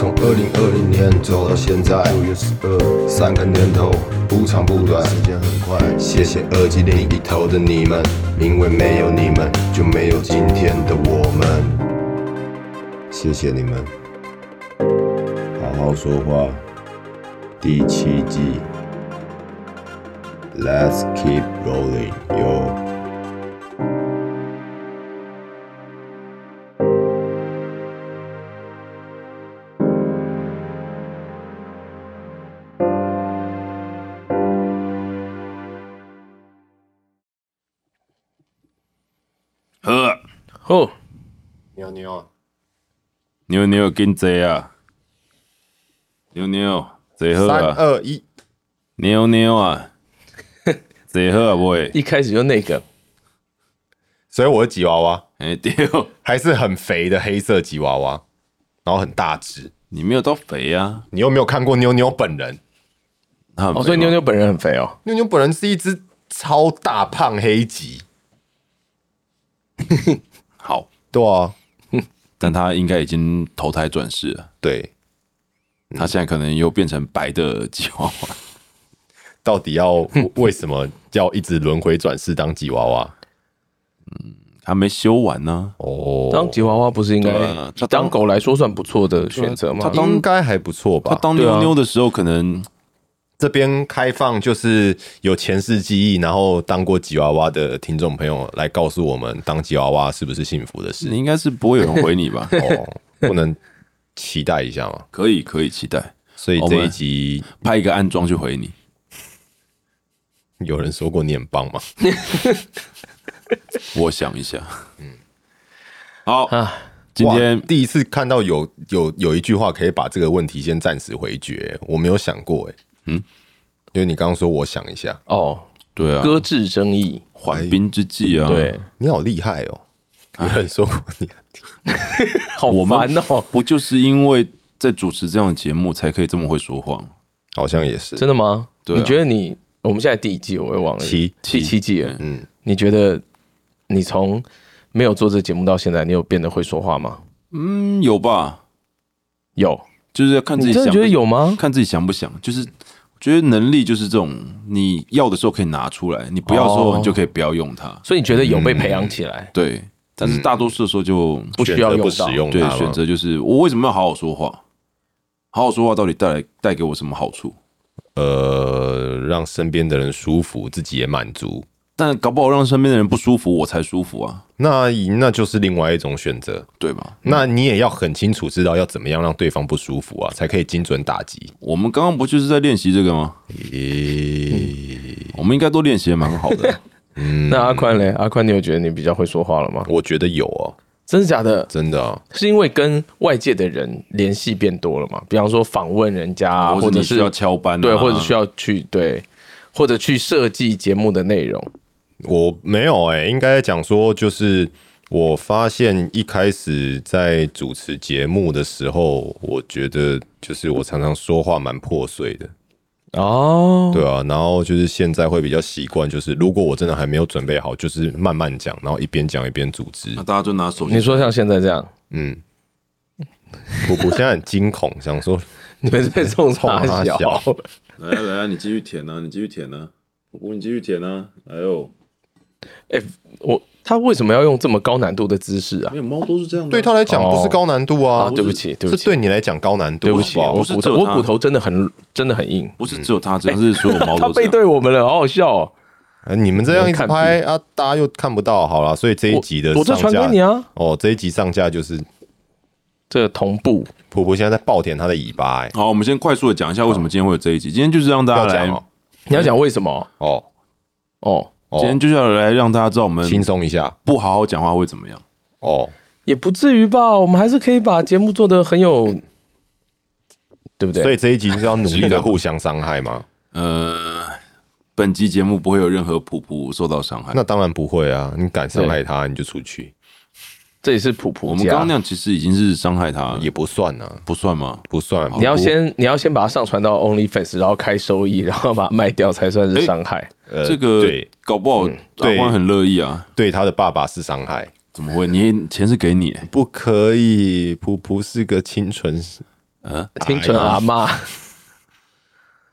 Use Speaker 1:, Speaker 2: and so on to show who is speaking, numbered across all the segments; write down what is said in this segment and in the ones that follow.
Speaker 1: 二零年走到现在，六月十二，三个年头不长不短，时间很快。谢谢耳机另一头的你们，因为没有你们，就没有今天的我们。谢谢你们，好好说话。第七季，Let's keep rolling yo。
Speaker 2: 呵，
Speaker 3: 好，
Speaker 1: 妞妞，
Speaker 2: 妞妞跟坐啊，妞妞坐好
Speaker 1: 三
Speaker 2: 啊，
Speaker 1: 二一，
Speaker 2: 妞妞啊，坐好啊喂，
Speaker 3: 一开始就内梗，
Speaker 1: 所以我是吉娃娃，
Speaker 2: 哎对，
Speaker 1: 还是很肥的黑色吉娃娃，然后很大只。
Speaker 2: 你没有到肥啊，
Speaker 1: 你又没有看过妞妞本人，
Speaker 2: 他很肥
Speaker 3: 哦，
Speaker 2: 吗
Speaker 3: 所以妞妞本人很肥哦，
Speaker 1: 妞妞本人是一只超大胖黑吉。
Speaker 2: 好，
Speaker 1: 对啊，
Speaker 2: 但他应该已经投胎转世了，
Speaker 1: 对，
Speaker 3: 嗯
Speaker 2: 他现在可能又变成白的吉 娃娃，
Speaker 1: 到底要为什么要一直轮回转世当吉娃娃？
Speaker 2: 他没修完呢、
Speaker 1: 哦，
Speaker 3: 当吉娃娃不是应该
Speaker 2: 对啊
Speaker 3: 以当狗来说算不错的选择吗哦
Speaker 2: 对啊？他当
Speaker 1: 哦应该还不错吧？
Speaker 2: 他当妞妞的时候可能
Speaker 3: 啊
Speaker 1: 这边开放就是有前世记忆，然后当过吉娃娃的听众朋友来告诉我们，当吉娃娃是不是幸福的事？？
Speaker 2: 应该是不会有人回你 吧
Speaker 1: 哦，不能期待一下嘛。
Speaker 2: 可以，可以期待
Speaker 1: 所以
Speaker 2: 我
Speaker 1: 这
Speaker 2: 们
Speaker 1: 一集
Speaker 2: 拍一个安装去回你，
Speaker 1: 有人说过你很棒吗？
Speaker 2: 我想一下，嗯，好
Speaker 3: 啊
Speaker 2: 今天
Speaker 1: 哇第一次看到有有有一句话可以把这个问题先暂时回绝，我没有想过哎、
Speaker 2: 嗯
Speaker 1: 嗯，因为你刚刚说我想一下，
Speaker 3: 哦，
Speaker 2: 对啊，
Speaker 3: 搁置争议，
Speaker 2: 缓兵之计啊，
Speaker 3: 对，，
Speaker 1: 你好厉害哦、有人说过你，
Speaker 3: 好
Speaker 2: 我们
Speaker 3: 烦哦，
Speaker 2: 不就是因为在主持这样的节目才可以这么会说谎？
Speaker 1: 好像也是
Speaker 3: 真的吗？
Speaker 2: 对啊
Speaker 3: 你觉得你我们现在第几季？我也忘了，
Speaker 1: 七
Speaker 3: 第七季了。
Speaker 1: 嗯，
Speaker 3: 你觉得你从没有做这节目到现在，你有变得会说话吗？
Speaker 2: 嗯，有吧？
Speaker 3: 有，
Speaker 2: 就是要看自己
Speaker 3: 你
Speaker 2: 想
Speaker 3: 真
Speaker 2: 不，
Speaker 3: 的觉得有吗？
Speaker 2: 看自己想不想，就是。觉得能力就是这种，你要的时候可以拿出来，你不要的时候
Speaker 3: 哦
Speaker 2: 你就可以不要用它。
Speaker 3: 所以你觉得有被培养起来，
Speaker 2: 对，但是大多数的时候就
Speaker 3: 嗯不需
Speaker 1: 选择
Speaker 3: 要用
Speaker 1: 不使
Speaker 3: 到。
Speaker 1: 用
Speaker 2: 对
Speaker 1: 它吗
Speaker 2: 选择就是我为什么要好好说话？好好说话到底带来带给我什么好处？
Speaker 1: 呃，让身边的人舒服，自己也满足，
Speaker 2: 但搞不好让身边的人不舒服，我才舒服啊，
Speaker 1: 那那就是另外一种选择。
Speaker 2: 对吧？
Speaker 1: 那你也要很清楚知道要怎么样让对方不舒服啊，才可以精准打击。
Speaker 2: 我们刚刚不就是在练习这个吗？
Speaker 3: 哎
Speaker 2: 我们应该都练习的蛮好的。
Speaker 3: 那阿宽嘞？阿宽，你有觉得你比较会说话了吗？
Speaker 1: 我觉得有哦，
Speaker 3: 真的假的？
Speaker 1: 真的、哦，
Speaker 3: 是因为跟外界的人联系变多了嘛？比方说访问人家啊、
Speaker 2: 或
Speaker 3: 或
Speaker 2: 者
Speaker 3: 者
Speaker 2: 你
Speaker 3: 是
Speaker 2: 需要敲班啊
Speaker 3: 对，或者需要去对，或者去设计节目的内容。
Speaker 1: 我没有哎、应该讲说就是。我发现一开始在主持节目的时候，我觉得就是我常常说话蛮破碎的，
Speaker 3: 哦，
Speaker 1: 对啊，然后就是现在会比较习惯，就是如果我真的还没有准备好，就是慢慢讲，然后一边讲一边组织
Speaker 2: 那。大家就拿手机，
Speaker 3: 你说像现在这样，
Speaker 1: 嗯，我我现在很惊恐，想说
Speaker 3: 你们在冲
Speaker 1: 冲
Speaker 3: 啥
Speaker 1: 啥
Speaker 3: 小？
Speaker 1: 小
Speaker 2: 来啊来啊，你继续舔啊，你继续舔啊，我你继续舔啊，哎呦，
Speaker 3: 我他为什么要用这么高难度的姿势啊
Speaker 2: 没？有猫都是这样的，
Speaker 1: 对他来讲不是高难度啊
Speaker 3: 啊，，对不起，对不
Speaker 1: 是
Speaker 3: 起，
Speaker 1: 对你来讲高难度，
Speaker 3: 对不起，
Speaker 1: 好不好
Speaker 2: 不
Speaker 3: 我
Speaker 2: 是
Speaker 3: 骨
Speaker 2: 只
Speaker 3: 头，
Speaker 2: 有
Speaker 3: 我
Speaker 2: 他
Speaker 3: 骨头真的很真的很硬。
Speaker 2: 不是只有他这样，是所有猫
Speaker 3: 他
Speaker 2: 都这
Speaker 3: 背
Speaker 2: 样。
Speaker 3: 对我们了，好好笑哦！
Speaker 1: 呃你们这样一直
Speaker 3: 看
Speaker 1: 拍啊，大家又看不到，好了，所以这一
Speaker 3: 我
Speaker 1: 集的
Speaker 3: 我这
Speaker 1: 上
Speaker 3: 传给你
Speaker 1: 架
Speaker 3: 啊，
Speaker 1: 哦，这一集上架就是
Speaker 3: 这个同步
Speaker 1: 婆婆现在在暴舔她的尾巴，哎，
Speaker 2: 好，我们先快速的讲一下为什么今天会有这一集。今天就是让大家
Speaker 1: 要
Speaker 2: 来
Speaker 1: 讲，哦
Speaker 3: 你要讲为什么
Speaker 1: 哦
Speaker 3: 哦？
Speaker 1: 哦，
Speaker 2: 今天就是要来让大家知道我们
Speaker 1: 轻松一下
Speaker 2: 不好好讲话会怎么样。
Speaker 1: 哦，
Speaker 3: 也不至于吧，我们还是可以把节目做得很有，对不对？
Speaker 1: 所以这一集就是要努力的互相伤害吗？
Speaker 2: 呃，本集节目不会有任何普普受到伤害。
Speaker 1: 那当然不会啊！你敢伤害他，你就出去，
Speaker 3: 这也是普普
Speaker 2: 我们
Speaker 3: 家
Speaker 2: 刚刚那样其实已经是伤害他了，
Speaker 1: 也不算啊，
Speaker 2: 不算吗？
Speaker 1: 不算。
Speaker 3: 你要先你要先把它上传到 OnlyFans，然后开收益，然后把它卖掉才算是伤
Speaker 2: 哎
Speaker 3: 害。
Speaker 1: 呃
Speaker 2: 这个
Speaker 1: 对
Speaker 2: 搞不好阿
Speaker 1: 对
Speaker 2: 欢很乐意啊。
Speaker 1: 对他的爸爸是伤害，
Speaker 2: 怎么会？你钱是给你、
Speaker 1: 不可以。普普是个清纯
Speaker 2: 嗯，
Speaker 3: 清纯阿妈。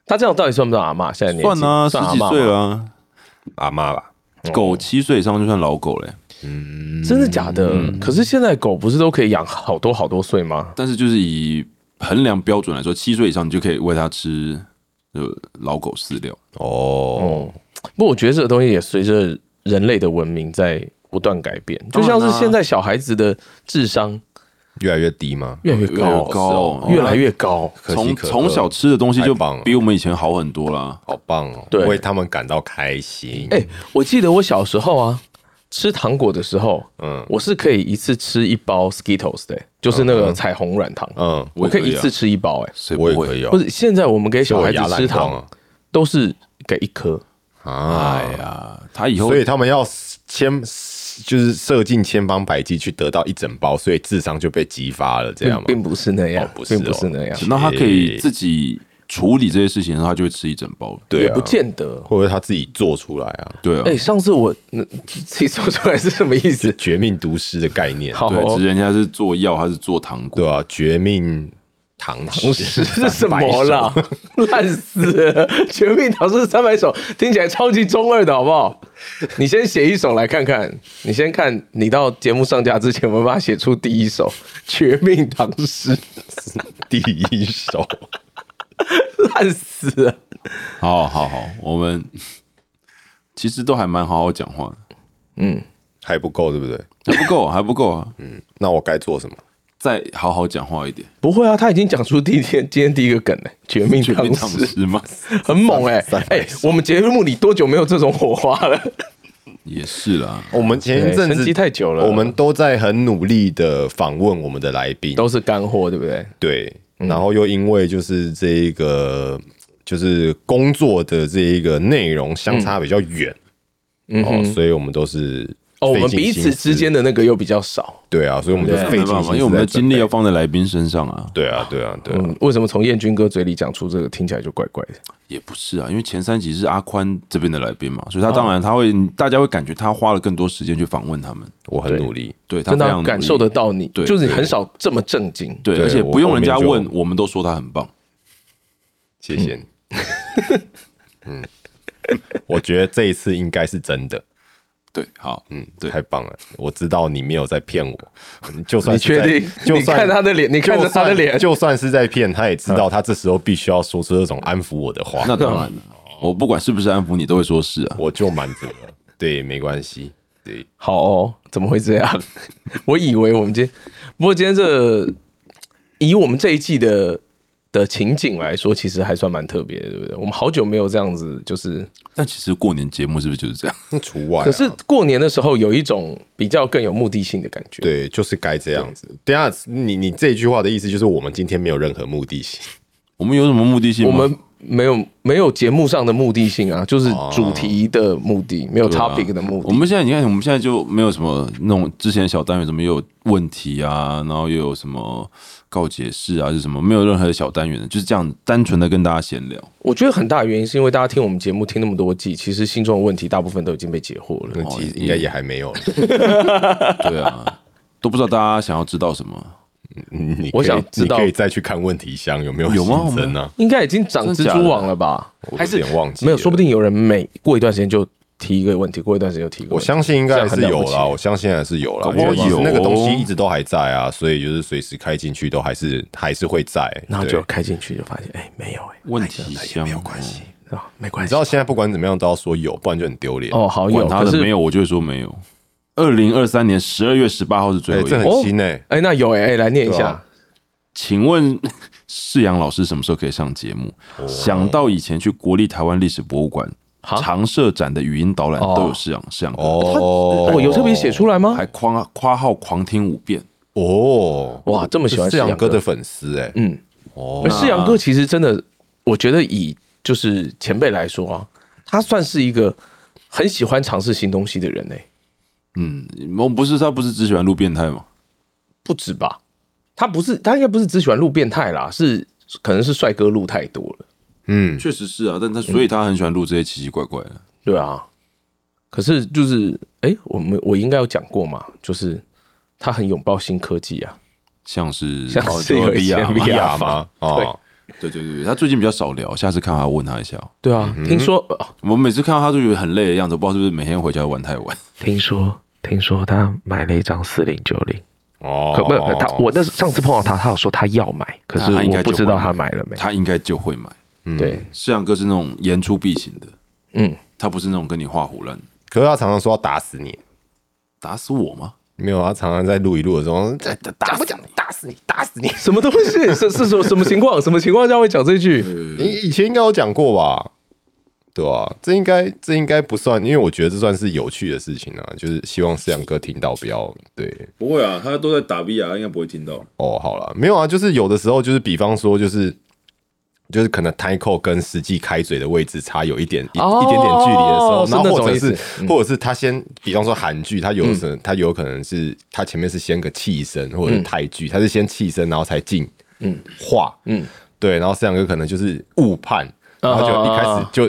Speaker 3: 他这样到底算不算阿妈？现在年纪
Speaker 2: 算啊，十
Speaker 3: 阿
Speaker 2: 几
Speaker 3: 嬷
Speaker 2: 岁
Speaker 3: 吗
Speaker 2: 了啊，
Speaker 1: 阿妈吧，
Speaker 2: 狗七岁以上就算老狗嘞。
Speaker 3: 真的假的？
Speaker 2: 嗯
Speaker 3: 可是现在狗不是都可以养好多好多岁吗？
Speaker 2: 但是就是以衡量标准来说，七岁以上你就可以喂它吃呃老狗饲料。
Speaker 1: 哦，
Speaker 3: 不过我觉得这个东西也随着人类的文明在不断改变，就像
Speaker 2: 啊
Speaker 3: 是现在小孩子的智商
Speaker 1: 越来越哦低吗？
Speaker 3: 越来越
Speaker 2: 越来越
Speaker 3: 高，
Speaker 2: 高，
Speaker 3: 越来越高。
Speaker 1: 可喜
Speaker 2: 从
Speaker 1: 可贺
Speaker 2: 从小吃的东西就
Speaker 1: 太棒了
Speaker 2: 比我们以前好很多啦。
Speaker 1: 好棒哦，
Speaker 3: 对
Speaker 1: 为他们感到开心。
Speaker 3: 哎、我记得我小时候啊，吃糖果的时候，嗯，我是可以一次吃一包 Skittles 的、就是那个彩虹软糖，
Speaker 1: 嗯，
Speaker 3: 我可以一
Speaker 2: 啊
Speaker 3: 次吃一包、哎，
Speaker 2: 谁不
Speaker 1: 我
Speaker 2: 会
Speaker 1: 也可以
Speaker 3: 不
Speaker 1: 哦，
Speaker 3: 是现在我们给小
Speaker 1: 我
Speaker 3: 孩子
Speaker 1: 牙烂
Speaker 3: 吃
Speaker 1: 光啊
Speaker 3: 糖
Speaker 1: 了
Speaker 3: 都是给一颗，
Speaker 1: 啊！
Speaker 2: 哎呀，他以后
Speaker 1: 所以他们要千就是射尽千方百计去得到一整包，所以智商就被激发了，这样
Speaker 3: 并
Speaker 1: 吗？
Speaker 3: 并不是那样，
Speaker 1: 啊哦不是哦
Speaker 3: 并不是那样，
Speaker 2: 等到他可
Speaker 1: 哎
Speaker 2: 以自己处理这些事情，然后他就会吃一整包。
Speaker 1: 对
Speaker 3: 也
Speaker 1: 啊
Speaker 3: 不见得。
Speaker 1: 或者他自己做出来啊，
Speaker 2: 对啊
Speaker 3: 哎、，上次我嗯 自己说出来是什么意思？
Speaker 1: 《绝命毒师》的概念，
Speaker 3: 好、
Speaker 2: 对，
Speaker 3: 哦
Speaker 2: 只是，人家是做药还是做糖果？
Speaker 1: 对啊，《绝命唐
Speaker 3: 不
Speaker 1: 诗
Speaker 3: 是》是什么啦？烂死了！绝命导师三百首听起来超级中二的好不好？你先写一首来看看，你先看你到节目上架之前，我们把它写出第一首《绝命唐诗》，
Speaker 1: 第一首，
Speaker 3: 烂死了！
Speaker 2: 好好好，我们 其实都还蛮好好讲话的，
Speaker 1: 还不够，对不对？
Speaker 2: 还不够，还不够啊！
Speaker 1: 那我该做什么？
Speaker 2: 再好好讲话一点，
Speaker 3: 不会啊，他已经讲出第一天今天第一个梗了，《绝命
Speaker 2: 绝
Speaker 3: 唐
Speaker 2: 命唐
Speaker 3: 诗》
Speaker 2: 诗吗？
Speaker 3: 很猛哎、
Speaker 1: 三
Speaker 3: 哎、我们节目里多久没有这种火花了？
Speaker 2: 也是啦，
Speaker 1: 我们前一阵
Speaker 3: 对沉
Speaker 1: 子
Speaker 3: 寂太久了
Speaker 1: 我们都在很努力的访问我们的来宾，
Speaker 3: 都是干货，对不对？
Speaker 1: 对，
Speaker 3: 嗯
Speaker 1: 然后又因为就是这一个就是工作的这一个内容相差比较远，哦，所以我们都是
Speaker 3: 嗯哦，我们
Speaker 1: 费尽
Speaker 3: 彼
Speaker 1: 心
Speaker 3: 此
Speaker 1: 思
Speaker 3: 之间的那个又比较少。
Speaker 1: 对啊，所以我们就
Speaker 3: 对
Speaker 1: 费
Speaker 2: 没
Speaker 1: 尽心
Speaker 2: 办法，
Speaker 1: 思，
Speaker 2: 因为我们的精力要，放在来宾身上啊。
Speaker 1: 对啊，对啊，对啊，
Speaker 3: 嗯，为什么从燕军哥嘴里讲出这个，听起来就怪怪的？
Speaker 2: 也不是啊，因为前三集是阿宽这边的来宾嘛，所以他当然他会，大家会感觉他花了更多时间去访问他们，
Speaker 1: 哦我很努力，
Speaker 2: 对他
Speaker 3: 真的
Speaker 2: 非
Speaker 3: 要
Speaker 2: 常
Speaker 3: 感
Speaker 2: 努力
Speaker 3: 受得到你，
Speaker 2: 对
Speaker 3: 就是你很少这么正经。
Speaker 2: 对，
Speaker 1: 对
Speaker 2: 而且
Speaker 1: 我
Speaker 2: 不用人家
Speaker 1: 后面
Speaker 2: 问
Speaker 1: 就，
Speaker 2: 我们都说他很棒。
Speaker 1: 谢 谢你。嗯，我觉得这一次应该是真的，
Speaker 2: 对，好，嗯，对，
Speaker 1: 太棒了！我知道你没有在骗我，就算
Speaker 3: 你
Speaker 1: 是
Speaker 3: 确
Speaker 1: 在
Speaker 3: 定？
Speaker 1: 就
Speaker 3: 你
Speaker 1: 算
Speaker 3: 看他的脸，你看着他的脸，
Speaker 1: 就算就算是在骗，他也知道他这时候必须要说出这种安抚我的话。
Speaker 2: 那当 然了，我不管是不是安抚你，都会说是啊。
Speaker 1: 我就满足了。对，没关系。对，
Speaker 3: 好哦，怎么会这样？ 我以为我们今天，不过今天这以我们这一季的的情景来说，其实还算蛮特别的，对不对？我们好久没有这样子，就是
Speaker 2: 但其实过年节目是不是就是这样？
Speaker 1: 那除外啊、
Speaker 3: 可是过年的时候有一种比较更有目的性的感觉。
Speaker 1: 对，就是该这样子。等一下，你你这句话的意思就是我们今天没有任何目的性。
Speaker 2: 我们有什么目的性
Speaker 3: 我
Speaker 2: 吗？
Speaker 3: 们没有没有节目上的目的性啊，就是主题的目的，没有
Speaker 2: 对啊
Speaker 3: topic 的目
Speaker 2: 我
Speaker 3: 的。
Speaker 2: 们现在你看，我们现在就没有什么那种之前小单元什么又有问题啊，然后又有什么告解释啊，是什么？没有任何小单元的，就是这样单纯的跟大家闲 聊。
Speaker 3: 我觉得很大的原因是因为大家听我们节目听那么多季，其实心中的问题大部分都已经被解惑了。哦
Speaker 1: 那其实应该也还没有。
Speaker 2: 对啊，都不知道大家想要知道什么。
Speaker 1: 嗯你可以
Speaker 3: 我想知道
Speaker 1: 你可以再去看问题箱有没有
Speaker 2: 有吗
Speaker 1: 新增呢、
Speaker 3: 应该已经长蜘蛛网了吧？
Speaker 1: 我
Speaker 3: 还
Speaker 1: 有
Speaker 3: 是
Speaker 1: 点忘记了
Speaker 3: 没有？说不定有人每过一段时间就提一个问题，过一段时间就提一个
Speaker 1: 我
Speaker 3: 问题。
Speaker 1: 相信应该还是
Speaker 3: 这样
Speaker 1: 有
Speaker 3: 很了不起
Speaker 1: 啦，我相信还是有啦
Speaker 2: 搞，不
Speaker 1: 因
Speaker 2: 好
Speaker 1: 为其实
Speaker 2: 有
Speaker 1: 那个东西一直都还在啊，所以就是随时开进去都还是还是会在。
Speaker 3: 然后
Speaker 1: 对
Speaker 3: 就开进去就发现，哎，没有哎，
Speaker 2: 问题箱没有关系，
Speaker 3: 啊，没关
Speaker 1: 你
Speaker 3: 系
Speaker 1: 知。道现在不管怎么样都要说有，不然就很丢脸。
Speaker 3: 哦，好有，
Speaker 2: 管他
Speaker 3: 可
Speaker 2: 的
Speaker 3: 是
Speaker 2: 没有，我就会说没有。二零二三年十二月十八号是最
Speaker 1: 哎，
Speaker 2: 后一
Speaker 1: 这
Speaker 2: 天。
Speaker 1: 很新哎、
Speaker 3: 哎，那有哎，哎来念一
Speaker 1: 对
Speaker 3: 下
Speaker 1: 啊。
Speaker 2: 请问 世阳老师什么时候可以上节目？想到以前去国立台湾历史博物馆
Speaker 3: 哦哈
Speaker 2: 常设展的语音导览
Speaker 3: 哦
Speaker 2: 都有世阳，世阳哥
Speaker 1: 哦
Speaker 3: 哦，有特别写出来吗
Speaker 2: 还？夸夸号狂听五遍。
Speaker 1: 哦，
Speaker 3: 哇这么喜欢
Speaker 1: 是
Speaker 3: 四
Speaker 1: 阳
Speaker 3: 阳哥
Speaker 1: 哥的粉丝哎、
Speaker 3: 嗯，而世阳哥其实真的，我觉得以就是前辈来说啊，他算是一个很喜欢尝试新东西的人哎，
Speaker 2: 嗯，我不是他不是只喜欢录变态吗？
Speaker 3: 不止吧？他不是，他应该不是只喜欢录变态啦，是可能是帅哥录太多了。
Speaker 1: 嗯，
Speaker 2: 确实是啊，但他所以他很喜欢录这些奇奇怪怪的。
Speaker 3: 对啊，可是就是，哎、我们我应该有讲过嘛，就是他很拥抱新科技啊，
Speaker 2: 像是
Speaker 3: 像
Speaker 2: 哦
Speaker 3: 是
Speaker 2: 就
Speaker 3: 有一
Speaker 2: VR
Speaker 3: 些啊
Speaker 2: 嘛
Speaker 3: VR
Speaker 1: 亚吗？哦，
Speaker 2: 对对对对，他最近比较少聊，下次看他问他一下哦。
Speaker 3: 对啊，听说、哦
Speaker 2: 我每次看到他都觉得很累的样子，不知道是不是每天回家玩太晚。
Speaker 3: 听说听说他买了一张四零九零，
Speaker 1: 哦，
Speaker 3: 可不他我那时上次碰到他，他有说他要买，可是
Speaker 2: 那他应
Speaker 3: 我
Speaker 2: 该
Speaker 3: 不
Speaker 2: 就
Speaker 3: 知道
Speaker 2: 会
Speaker 3: 他买了没。嗯
Speaker 2: 他应该就会买。
Speaker 3: 对，
Speaker 2: 世阳哥是那种言出必行的，
Speaker 3: 嗯，
Speaker 2: 他不是那种跟你画胡乱，
Speaker 1: 可是他常常说要打死你，
Speaker 2: 打死我吗？
Speaker 1: 没有，他常常在录一录的时候，打打不讲，打死你，打死你。
Speaker 3: 什么东西？ 是是什么什么情况？什么情况下会讲这句？
Speaker 1: 你呃以前应该有讲过吧？对啊，这应该这应该不算，因为我觉得这算是有趣的事情啊，就是希望思阳哥听到不要对
Speaker 2: 不会啊，他都在打 VR，应该不会听到。
Speaker 1: 哦，好了，没有啊，就是有的时候就是比方说就是。就是可能 t i c o 跟实际开嘴的位置差有一点一、
Speaker 3: 哦
Speaker 1: 一点点距离的时候，
Speaker 3: 是
Speaker 1: 然
Speaker 3: 那
Speaker 1: 后或
Speaker 3: 种
Speaker 1: 者
Speaker 3: 意思
Speaker 1: 是、
Speaker 3: 嗯
Speaker 1: 或者是他先，比方说韩剧，他有可能、他有可能是他前面是先个气声，或
Speaker 3: 嗯
Speaker 1: 者是泰剧，他是先气声，然后才进嗯话嗯对，然后思阳哥可能就是误判，
Speaker 3: 啊
Speaker 1: 然后就一开始就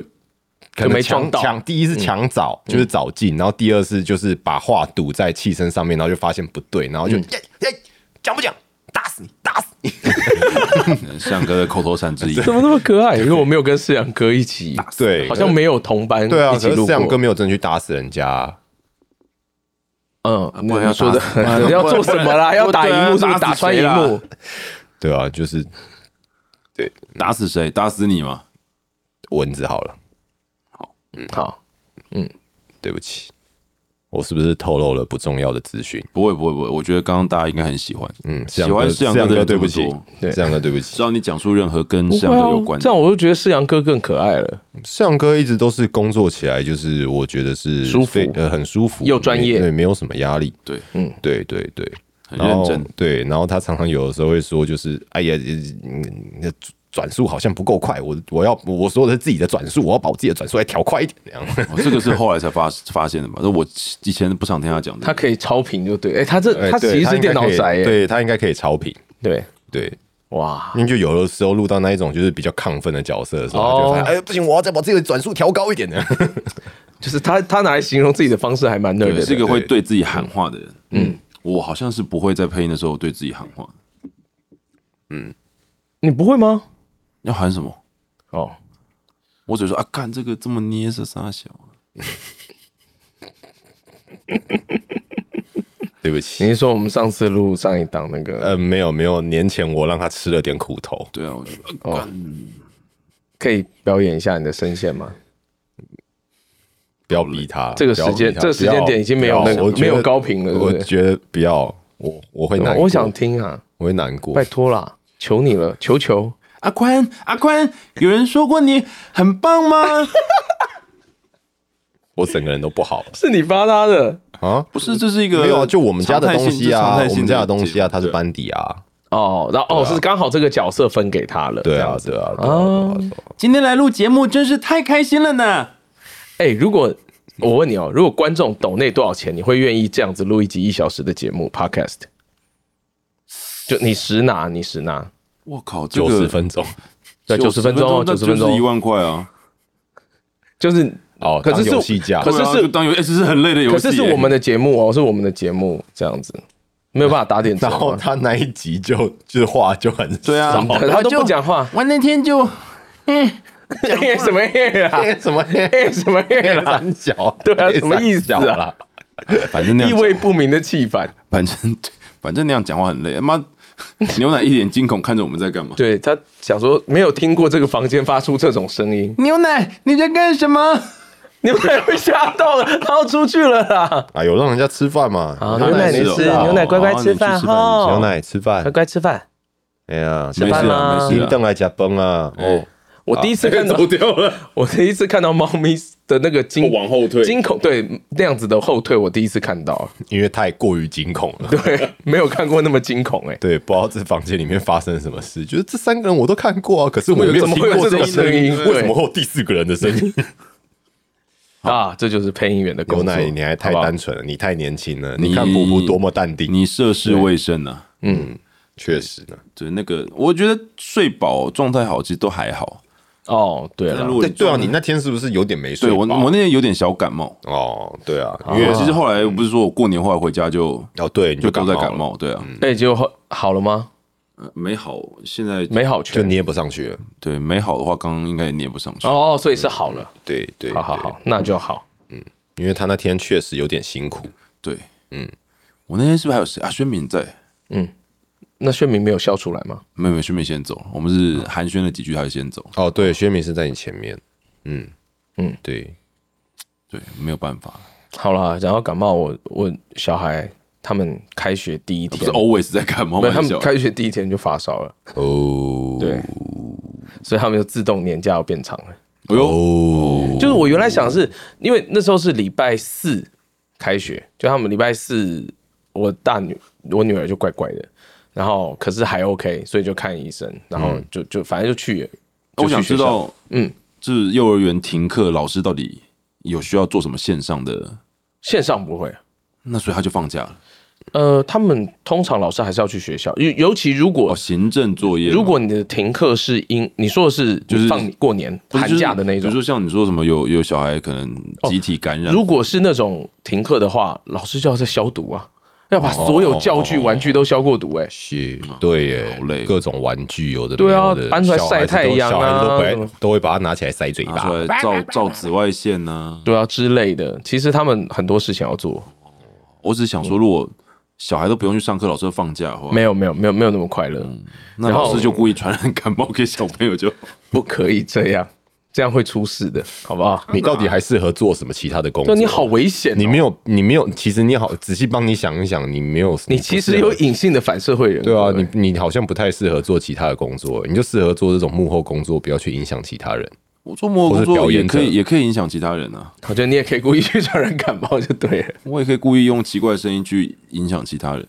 Speaker 1: 可
Speaker 3: 就
Speaker 1: 能
Speaker 3: 没
Speaker 1: 抢
Speaker 3: 撞到嗯
Speaker 1: 抢，第一是抢早，就是早进，然后第二是就是把话堵在气声上面，然后就发现不对，然后
Speaker 3: 嗯
Speaker 1: 就耶耶讲不讲，打死你，打死 你，
Speaker 2: 世阳哥的口头禅之一，
Speaker 3: 怎么那么可爱？因为我没有跟世阳哥一起，
Speaker 1: 对，
Speaker 3: 好像没有同 班
Speaker 1: 对啊，
Speaker 3: 一起
Speaker 1: 可是
Speaker 3: 录
Speaker 1: 思阳哥
Speaker 3: 过。
Speaker 1: 没有真的去打死人家啊，
Speaker 3: 嗯，
Speaker 2: 不然
Speaker 3: 你
Speaker 2: 要
Speaker 3: 说的
Speaker 2: 打死不然
Speaker 3: 你 要做
Speaker 2: 不
Speaker 3: 什
Speaker 2: 然
Speaker 3: 么啦？要打荧幕是不是？
Speaker 2: 对啊
Speaker 3: 打
Speaker 2: 打死
Speaker 3: 穿
Speaker 2: 谁
Speaker 3: 荧
Speaker 2: 啦
Speaker 3: 幕？
Speaker 1: 对啊，就是
Speaker 2: 打死谁？打死你嘛！
Speaker 1: 蚊子好了，
Speaker 2: 嗯
Speaker 3: 好，
Speaker 1: 对不起，我是不是透露了不重要的资讯？
Speaker 2: 不会不会不会，我觉得刚刚大家应该很喜欢，
Speaker 1: 嗯，
Speaker 2: 喜
Speaker 1: 思阳哥
Speaker 2: 欢世阳
Speaker 1: 思
Speaker 2: 哥
Speaker 1: 阳
Speaker 2: 的
Speaker 1: 哥
Speaker 2: 人
Speaker 1: 对
Speaker 2: 这
Speaker 1: 不
Speaker 2: 么
Speaker 1: 起
Speaker 2: 说，，
Speaker 1: 对思阳哥对不起
Speaker 2: 只，要你讲述任何跟世阳
Speaker 3: 会
Speaker 2: 哥
Speaker 3: 啊
Speaker 2: 有关
Speaker 3: 这
Speaker 2: 的
Speaker 3: 样，我就觉得世阳哥更可爱了。
Speaker 1: 思阳哥一直都是工作起来，就是我觉得是
Speaker 3: 舒服
Speaker 1: 非呃，很舒服，
Speaker 3: 又专业
Speaker 1: 没对，没有什么压力，
Speaker 2: 对，
Speaker 1: 对对对，
Speaker 2: 很
Speaker 1: 然
Speaker 2: 认
Speaker 1: 后
Speaker 2: 真。
Speaker 1: 对，然后他常常有的时候会说，就是哎呀，嗯你的转速好像不够快，我我要我说的是自己的转速，我要把我自己的转速再调快一点，这样。
Speaker 2: 哦这个是后来才发 发现的吧？那我以前不常听他讲的。
Speaker 3: 他可以超频就对，哎，他这
Speaker 1: 哎
Speaker 3: 他
Speaker 1: 对
Speaker 3: 其实
Speaker 1: 应
Speaker 3: 是
Speaker 1: 该
Speaker 3: 电脑
Speaker 1: 可以
Speaker 3: 宅耶，
Speaker 1: 对他应该可以超频，
Speaker 3: 对，
Speaker 1: 对，
Speaker 3: 哇，
Speaker 1: 因为就有的时候录到那一种就是比较亢奋的角色的时候，他
Speaker 3: 哦
Speaker 1: 就会发现哎不行，我要再把自己的转速调高一点的。
Speaker 3: 就是他他拿来形容自己的方式还蛮对
Speaker 2: 对，
Speaker 3: 的，
Speaker 2: 是一个会对自己喊话的人。嗯，我好像是不会在配音的时候对自己喊话。
Speaker 3: 你不会吗？
Speaker 2: 要喊什么？
Speaker 3: 哦，
Speaker 2: 我只说啊，干这个这么捏是啥小啊？
Speaker 1: 对不起，
Speaker 3: 你是说我们上次录上一档那个
Speaker 1: 呃，没有没有，年前我让他吃了点苦头，
Speaker 2: 对啊，我就啊
Speaker 1: 哦
Speaker 2: 干
Speaker 3: 可以表演一下你的声线吗？
Speaker 1: 不要逼他。
Speaker 3: 这个
Speaker 1: 不要逼
Speaker 3: 时间
Speaker 1: 他
Speaker 3: 这个时间点已经没有那个
Speaker 1: 不要我觉得
Speaker 3: 没有高频了对不
Speaker 1: 我
Speaker 3: 对
Speaker 1: 觉得不要，我我会难过，
Speaker 3: 我想听啊，
Speaker 1: 我会难过
Speaker 3: 拜。托啦，求你了，求求。
Speaker 2: 阿宽阿宽，有人说过你很棒吗？
Speaker 1: 我整个人都不好
Speaker 3: 是你发他的
Speaker 1: 了啊。
Speaker 2: 不是，这是一个
Speaker 1: 没有，就我们家的东西啊，
Speaker 2: 常态性
Speaker 1: 我们家的东西啊，
Speaker 2: 这
Speaker 1: 他
Speaker 2: 是
Speaker 1: 是
Speaker 2: 常态性的节目
Speaker 1: 班底啊，
Speaker 3: 哦，然
Speaker 2: 啊
Speaker 3: 后哦是刚好这个角色分给他了，
Speaker 1: 对
Speaker 3: 这
Speaker 1: 啊
Speaker 3: 样，子。
Speaker 1: 对啊，对啊，对啊
Speaker 2: 对今天来录节目真是太开心了呢。
Speaker 3: 哎，如果我问你哦，如果观众抖内多少钱，你会愿意这样子录一集一小时的节目 podcast？就你实拿，你实拿，
Speaker 2: 我靠，这
Speaker 1: 九
Speaker 2: 个
Speaker 1: 十分哎钟，
Speaker 3: 对，九十分钟哦，
Speaker 2: 那
Speaker 3: 九十分
Speaker 2: 就是一
Speaker 3: 钟，
Speaker 2: 万块啊。
Speaker 3: 就是
Speaker 1: 哦，
Speaker 3: 可是是
Speaker 1: 当游戏价，
Speaker 3: 可是
Speaker 2: 对啊
Speaker 3: 是
Speaker 2: 就当游，哎，这是很累的游戏
Speaker 3: 可
Speaker 2: 耶。
Speaker 3: 是是我们的节目哦，是我们的节目这样子，没有办法打 点 折
Speaker 1: 然
Speaker 3: 嘛。
Speaker 1: 后他那一集就就是话就很
Speaker 2: 对啊
Speaker 1: 少
Speaker 3: 他都不讲话，
Speaker 2: 我那天就
Speaker 3: 什么夜啊？
Speaker 1: 哎什么黑
Speaker 3: 什么夜
Speaker 1: 黑
Speaker 3: 啦？
Speaker 1: 三角，
Speaker 3: 对啊
Speaker 1: 黑
Speaker 3: 什么意思啊
Speaker 1: 三角啦？
Speaker 2: 反正那样
Speaker 3: 意
Speaker 2: 讲
Speaker 3: 味不明的气氛。
Speaker 2: 反正反正那样讲话很累。妈， 牛奶一脸惊恐看着我们在干嘛？
Speaker 3: 对他想说，没有听过这个房间发出这种声音，
Speaker 2: 牛奶，你在干什么？
Speaker 3: 你们也被吓到了，然后出去了啦。
Speaker 1: 啊，有让人家吃饭嘛？
Speaker 3: 好
Speaker 1: 牛奶
Speaker 3: 牛奶你
Speaker 1: 没
Speaker 3: 吃
Speaker 1: 啊
Speaker 3: 牛奶乖乖吃饭
Speaker 2: 哈。
Speaker 3: 哦
Speaker 1: 牛奶吃饭，
Speaker 3: 乖吃饭。
Speaker 1: 哎呀，
Speaker 2: 没
Speaker 3: 饭
Speaker 2: 事
Speaker 3: 吗
Speaker 2: 啊，没
Speaker 1: 你
Speaker 2: 事啊。
Speaker 1: 等来加崩啊，哦，
Speaker 3: 我第一 次看 到，
Speaker 2: 掉了，
Speaker 3: 我第一次看到猫咪的那个惊
Speaker 2: 往后退
Speaker 3: 惊恐，对那样子的后退，我第一次看到，
Speaker 1: 因为太过于惊恐了。
Speaker 3: 对，没有看过那么惊恐哎、
Speaker 1: 对，不知道这房间里面发生了什么事，就是这三个人我都看过啊，可是我没有
Speaker 3: 怎么
Speaker 1: 听
Speaker 3: 会有
Speaker 1: 过
Speaker 3: 这种
Speaker 1: 声
Speaker 3: 声音对
Speaker 1: 为什么会有第四个人的声音？
Speaker 3: 啊，这就是配音员的工
Speaker 1: 牛
Speaker 3: 作。
Speaker 1: 奶，你还太
Speaker 3: 好不好
Speaker 1: 单纯了，你太年轻了。你看婆婆多么淡定，
Speaker 2: 你涉世未深啊。
Speaker 1: 确实呢。
Speaker 2: 对，那个我觉得睡饱状态好，其实都还好。
Speaker 3: 哦，对了
Speaker 2: 但如，果
Speaker 1: 对对啊，
Speaker 2: 撞
Speaker 1: 你那天是不是有点没睡
Speaker 2: 对
Speaker 1: 饱？
Speaker 2: 我我那天有点小感冒，
Speaker 1: 哦，对啊，因
Speaker 2: 因
Speaker 1: 为
Speaker 2: 为其实后来不是说我过年后来回家就
Speaker 1: 哦对，你
Speaker 2: 就都在
Speaker 1: 了
Speaker 2: 感，冒，对啊，
Speaker 3: 哎，结果好好了吗？
Speaker 2: 呃没好，现在
Speaker 3: 没好
Speaker 1: 就
Speaker 3: 全
Speaker 1: 捏不上去了。
Speaker 2: 对没好的话，刚刚应该也捏不上去。
Speaker 3: 哦，所以是好了，
Speaker 1: 对对，
Speaker 3: 好好
Speaker 1: 对，
Speaker 3: 好，那就好。
Speaker 1: 因为他那天确实有点辛苦。
Speaker 2: 对，嗯，我那天是不是还有谁啊？宣敏在，
Speaker 3: 那宣明没有笑出来吗？
Speaker 2: 没有没有，宣敏先走，我们
Speaker 3: 嗯
Speaker 2: 是寒暄了几句，他就先走。
Speaker 1: 哦，对，薛明是在你前面。嗯
Speaker 3: 嗯，
Speaker 1: 对，
Speaker 2: 对，没有办法，
Speaker 3: 好啦，讲到感冒，我我小孩他们开学第一
Speaker 2: 不
Speaker 3: 天
Speaker 2: 是，always 在感冒，
Speaker 3: 没有他
Speaker 2: 蛮小
Speaker 3: 们
Speaker 2: 的
Speaker 3: 开学第一天就发烧了，
Speaker 1: 哦，
Speaker 3: 对，所以他们就自动年假要变长了。
Speaker 2: 哎呦，
Speaker 1: 哦，
Speaker 3: 就是我原来想是因为那时候是礼拜四开学，就他们礼拜四，我大女我女儿就怪怪的，然后可是还 OK，所以就看医生，然
Speaker 2: 嗯
Speaker 3: 后就就反正就去了。就
Speaker 2: 哎我
Speaker 3: 去
Speaker 2: 想
Speaker 3: 学
Speaker 2: 知
Speaker 3: 校
Speaker 2: 道，嗯，就是幼儿园停课，老师到底有需要做什么线上的？
Speaker 3: 线上不会，
Speaker 2: 那所以他就放假了。
Speaker 3: 呃，他们通常老师还是要去学校，尤尤其如果
Speaker 2: 哦，行政作业吗，
Speaker 3: 如果你的停课是因你说的是
Speaker 2: 就是
Speaker 3: 放过年
Speaker 2: 不是
Speaker 3: 寒假的那
Speaker 2: 就是比如
Speaker 3: 种，哦
Speaker 2: 说像你说什么有有小孩可能集体感
Speaker 1: 嗯
Speaker 2: 染，
Speaker 3: 如果是那种停课的话，老师就要在消毒啊，要把所有教具、玩具都消过毒。哎，
Speaker 1: 是，对耶，
Speaker 2: 啊好累
Speaker 1: 各种玩具有的
Speaker 3: 对啊
Speaker 1: 没有的
Speaker 3: 搬出来晒太阳啊
Speaker 1: 小孩子都小孩
Speaker 3: 什
Speaker 1: 子都
Speaker 3: 么
Speaker 1: 不爱，都会把它拿起来塞嘴
Speaker 2: 拿出
Speaker 1: 巴。
Speaker 3: 啊
Speaker 2: 来照照紫外线呢、
Speaker 3: 对啊之类的，其实他们很多事情要做，
Speaker 2: 我只是想说，如果小孩都不用去上课，老师会放假的话，
Speaker 3: 没有没有没有没有那么快乐，
Speaker 1: 嗯
Speaker 2: 那
Speaker 3: 然后
Speaker 2: 老师就故意传染感冒给小朋友就，
Speaker 3: 不可以这样，这样会出事的，好不好？
Speaker 1: 你到底还适合做什么其他的工
Speaker 3: 对，
Speaker 1: 作？
Speaker 3: 你好，危险
Speaker 2: 啊
Speaker 3: 哦，
Speaker 1: 嗯你没有，你没有，其实你好，仔细帮你想一想，你没有什么不适合，
Speaker 3: 你其实有隐性的反社会人格，
Speaker 1: 对啊，你你好像不太适合做其他的工作，你就适合做这种幕后工作，不要去影响其他人。
Speaker 2: 我做幕后工
Speaker 1: 或是表
Speaker 2: 作也
Speaker 1: 演者
Speaker 2: 可以，也可以影响其他人啊。
Speaker 3: 我觉得你也可以故意去传染感冒就 对了。
Speaker 2: 我也可以故意用奇怪的声音去影响其他人。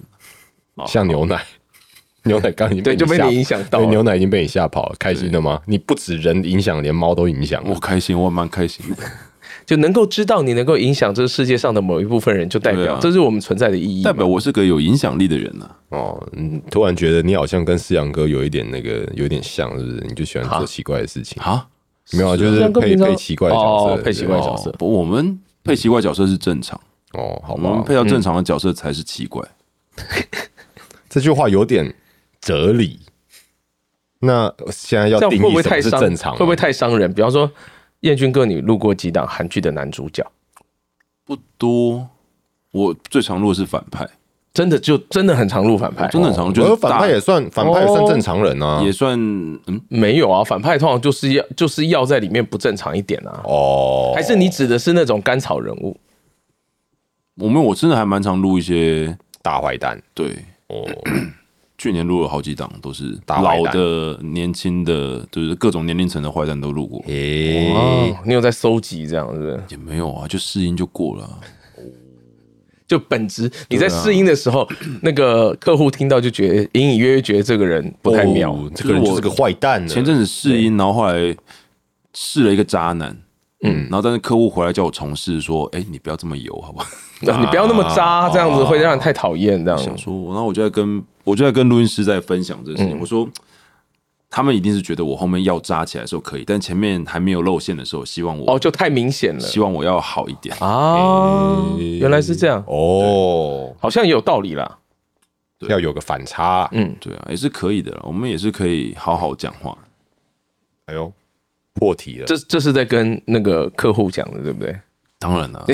Speaker 2: 啊
Speaker 1: 像牛奶， 牛奶刚已经
Speaker 3: 对就被
Speaker 1: 吓
Speaker 3: 你影响到了
Speaker 1: 对牛奶已经被你吓跑了，开心的吗？你不止人影响，连猫都影响了
Speaker 2: 我开心，我蛮 开心的。
Speaker 3: 就能够知道你能够影响这个世界上的某一部分人，就代
Speaker 2: 对
Speaker 3: 表、
Speaker 2: 啊
Speaker 3: 这是我们存在的意义嘛。
Speaker 2: 代表我是个有影响力的人啊呐、
Speaker 1: 哦。嗯，突然觉得你好像跟四阳哥有一点那个，有一点像，是不是？你就喜欢做奇怪的事情
Speaker 2: 啊。，啊，
Speaker 1: 没有啊，就是
Speaker 3: 阳哥
Speaker 1: 配
Speaker 3: 平常
Speaker 1: 配奇怪的角色，
Speaker 3: 哦配奇怪的角色
Speaker 2: 哦不，我们配奇怪角色是正常，
Speaker 1: 对哦，好
Speaker 2: 我们
Speaker 3: 嗯
Speaker 1: 吧。
Speaker 2: 配到正常的角色才是奇怪。
Speaker 1: 这句话有点哲理。那现在要
Speaker 3: 这样
Speaker 1: 定
Speaker 3: 会不
Speaker 1: 义
Speaker 3: 会
Speaker 1: 什么
Speaker 3: 太
Speaker 1: 是
Speaker 3: 伤？
Speaker 1: 正常啊？
Speaker 3: 会不会太伤人？比方说，彦君哥，你录过几档韩剧的男主角？
Speaker 2: 不多，我最常录的是反派，
Speaker 3: 真的就真的很常录反派？
Speaker 2: 真的很常录就
Speaker 1: 哎我觉得
Speaker 2: 是
Speaker 1: 反
Speaker 2: 大
Speaker 1: 派也算反派也算正常人啊。
Speaker 2: 也算嗯，
Speaker 3: 没有啊，反派通常就是要就是要在里面不正常一点啊。
Speaker 1: 哦，
Speaker 3: 还是你指的是那种甘草人物？
Speaker 2: 我们我真的还蛮常录一些，
Speaker 1: 大坏蛋
Speaker 2: 对，
Speaker 1: 哦，
Speaker 2: 去年录了好几档，都是
Speaker 1: 大坏
Speaker 2: 老
Speaker 1: 蛋
Speaker 2: 的、年轻的，就是各种年龄层的坏蛋都录过，
Speaker 1: 诶、
Speaker 3: 哦，你有在搜集这样是不是？
Speaker 2: 也没有啊，就试音就过了 啊。
Speaker 3: 就本质，
Speaker 1: 啊
Speaker 3: 你在试音的时候， 那个客户听到就觉得隐隐约约觉得这个人不太妙。
Speaker 2: 哦
Speaker 1: 这个人就是个坏蛋啊呢。
Speaker 2: 前阵子试音，然后后来试了一个渣男，嗯，然后但是客户回来叫我重试，说，哎、你不要这么油，好不好？
Speaker 3: 你不要那么
Speaker 1: 啊
Speaker 3: 渣，这样子会让人太讨厌。这样
Speaker 2: 想说，然后我就在跟我就在跟录音师在分享这个事
Speaker 3: 嗯
Speaker 2: 情，我说。他们一定是觉得我后面要扎起来的时候可以，但前面还没有露馅的时候，希望我、
Speaker 3: 哦，就太明显了
Speaker 2: 希望我要好一点。
Speaker 3: 啊！原来是这样，
Speaker 1: 哦，
Speaker 3: 好像也有道理啦。
Speaker 1: 要有个反差。
Speaker 3: 嗯
Speaker 2: 对啊，也是可以的啦，我们也是可以好好讲话。
Speaker 1: 哎呦，破题了。
Speaker 3: 这这是在跟那个客户讲的，对不对？
Speaker 2: 当然 啦、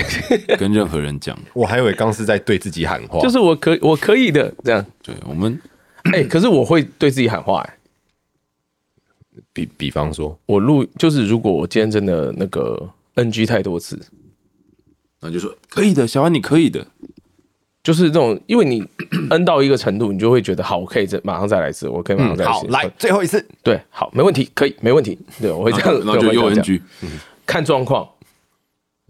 Speaker 2: 跟任何人讲，
Speaker 1: 我还以为刚是在对自己喊话，
Speaker 3: 就是我可我可以的，这样。
Speaker 2: 对我们
Speaker 3: 哎，可是我会对自己喊话，哎，
Speaker 1: 比比方说，
Speaker 3: 我录就是如果我今天真的那个 NG 太多次，
Speaker 2: 然后就说可以的，小安你可以的，
Speaker 3: 就是这种，因为你 N 到一个程度，你就会觉得好，我可以再马上再来一次，我可以马嗯上再来一
Speaker 1: 嗯好
Speaker 3: 次。，
Speaker 1: 来最后一次，
Speaker 3: 对，好，没问题，可以，没问题。对，我会 这
Speaker 2: 然后
Speaker 3: 样，
Speaker 2: 然后
Speaker 3: 对
Speaker 2: 就
Speaker 3: 我
Speaker 2: 又
Speaker 3: 会这样
Speaker 2: NG，
Speaker 3: 看状况。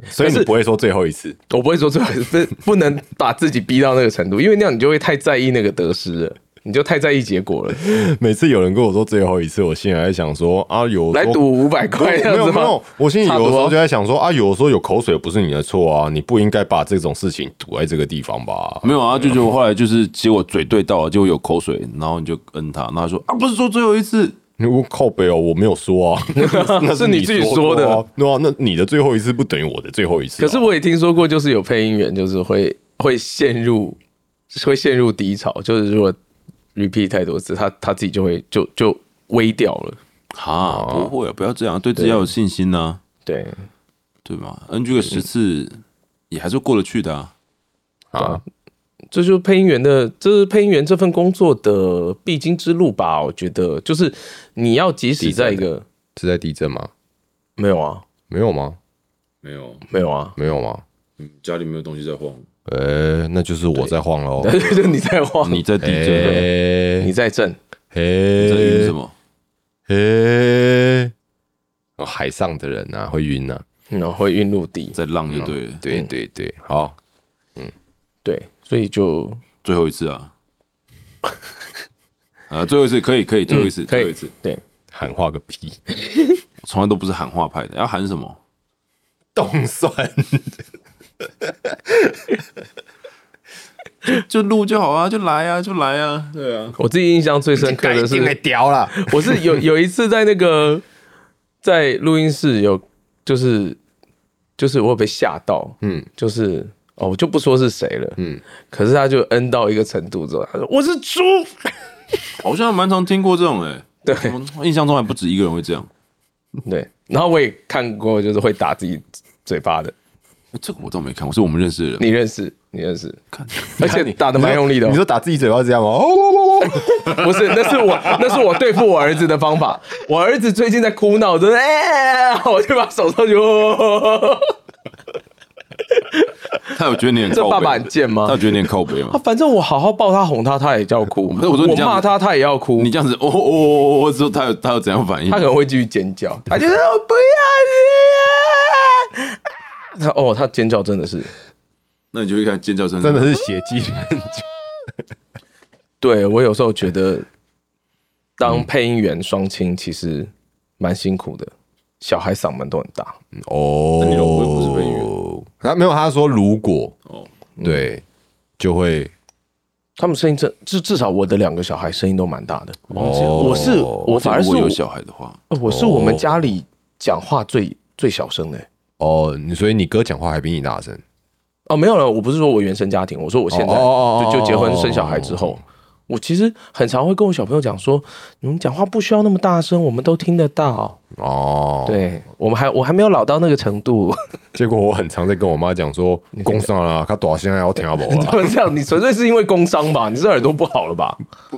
Speaker 1: 所以
Speaker 3: 可
Speaker 1: 你
Speaker 3: 是
Speaker 1: 不会说最后一次
Speaker 3: 我不会说最好是不能把自己逼到那个程度，因为那样你就会太在意那个得失了，你就太在意结果了。
Speaker 1: 每次有人跟我说最后一次，我心里还在想说啊，有
Speaker 3: 来
Speaker 1: 说
Speaker 3: 赌五百块这
Speaker 1: 没
Speaker 3: 样
Speaker 1: 有
Speaker 3: 子
Speaker 1: 没
Speaker 3: 吗
Speaker 1: 有？，我心里有的时
Speaker 3: 差
Speaker 1: 候
Speaker 3: 不多
Speaker 1: 就在想说啊，有的时候有口水不是你的错啊，你不应该把这种事情堵在这个地方吧？
Speaker 2: 没有啊，就就后来就是结果嘴对到了，结果有口水，然后你就摁他，然后他说啊不是说最后一次，
Speaker 1: 你我靠北哦，我没有说啊， 那
Speaker 3: 是你自己说的
Speaker 1: 啊，对啊，那你的最后一次不等于我的最后一次啊、
Speaker 3: 可是我也听说过，就是有配音员就是会会陷入会陷入低潮，就是如果 repeat 太多次，他他自己就会就就微掉了。
Speaker 2: 哈，不会，啊不要这样，对自己要有信心呐、
Speaker 3: 对，
Speaker 2: 对吧？NG 个十次也还是过得去的啊。
Speaker 1: 啊，
Speaker 3: 这就是配音员的，这是配音员这份工作的必经之路吧？我觉得，就是你要即使在一个
Speaker 1: 是在地震吗？
Speaker 3: 没有啊，
Speaker 1: 没有吗？
Speaker 2: 没有，
Speaker 3: 没有啊，
Speaker 1: 没有吗？
Speaker 2: 家里没有东西在晃，
Speaker 1: 呃、那就是我在晃 喽。
Speaker 3: 对对对，你在晃，
Speaker 2: 哦你在地震，
Speaker 1: 哎
Speaker 3: 你在震，
Speaker 2: 你在晕
Speaker 1: 嘿
Speaker 2: 什么？
Speaker 1: 嘿，哦海上的人啊，会晕啊。
Speaker 3: 然后会晕入底。
Speaker 2: 在浪就对了，
Speaker 1: 对对对，好，
Speaker 3: 对，所以就
Speaker 2: 最后一次啊。 啊，最后一次可以，嗯可以，最后一次，
Speaker 3: 可
Speaker 2: 最后一
Speaker 3: 以
Speaker 2: 次，，
Speaker 3: 对，
Speaker 1: 喊话个屁，
Speaker 2: 我从来都不是喊话派的，要喊什么？
Speaker 1: 冻酸。
Speaker 2: 就录就好啊，就来啊，就来啊，对啊，
Speaker 3: 我自己印象最深刻的是
Speaker 1: 被屌了，
Speaker 3: 我是有有一次在那个在录音室有，就是就是我有被吓到，嗯，就是哦，我就不说是谁了，嗯，可是他就恩到一个程度之后，他说我是猪，
Speaker 2: 好像蛮常听过这种诶、
Speaker 3: 对
Speaker 2: 我印象中还不止一个人会这样。
Speaker 3: 对，然后我也看过，就是会打自己嘴巴的，
Speaker 2: 欸这个我倒没看过，是我们认识的人。
Speaker 3: 你认识，你认识，
Speaker 2: 看，
Speaker 3: 而且打的蛮用力的哦、
Speaker 1: 你说打自己嘴巴是这样吗？哦哦哦哦，
Speaker 3: 不是，那是我，那是我对付我儿子的方法。我儿子最近在哭闹，我就哎、我就 把手上去，
Speaker 2: 他有觉得你很
Speaker 3: 这
Speaker 2: 靠
Speaker 3: 爸
Speaker 2: 北
Speaker 3: 爸很贱吗
Speaker 2: 他有觉得你很靠北
Speaker 3: 啊
Speaker 2: 吗？
Speaker 3: 反正我好好抱他哄他，他也叫哭。
Speaker 2: 不是我说你这样子
Speaker 3: 骂他，他也要哭
Speaker 2: 你。这样子，哦哦哦哦，之后他有他有怎样反应
Speaker 3: 他？可能会继续尖叫，他就说我不要你、啊。他哦，他尖叫真的是，
Speaker 2: 那你就会看尖叫声，
Speaker 1: 真的是血迹。
Speaker 3: 对我有时候觉得当配音员双亲其实蛮辛苦的，小孩嗓门都很大。
Speaker 1: 哦，
Speaker 2: 那你老婆不是配音员
Speaker 1: 他没有，他说如果
Speaker 2: 哦，
Speaker 1: 对，就会
Speaker 3: 他们声音真至至少我的两个小孩声音都蛮大的，
Speaker 1: 哦
Speaker 3: 我是我反而
Speaker 2: 如
Speaker 3: 是
Speaker 2: 果有
Speaker 3: 我
Speaker 2: 小孩的话，
Speaker 3: 呃我是我们家里讲话最最小声的、
Speaker 1: 哦，你所以你哥讲话还比你大声。
Speaker 3: 哦，没有了，我不是说我原生家庭，我说我现
Speaker 1: 哦哦
Speaker 3: 在
Speaker 1: 哦哦
Speaker 3: 就就结婚生小孩之后，我其实很常会跟我小朋友讲说，你们讲话不需要那么大声，我们都听得到。
Speaker 1: 哦，，
Speaker 3: 对我们还我还没有老到那个程度，
Speaker 1: 结果我很常在跟我妈讲说，工伤了，他短现在要听不啊懂了。
Speaker 3: 这样你纯粹是因为工伤吧？你是耳朵不好了吧？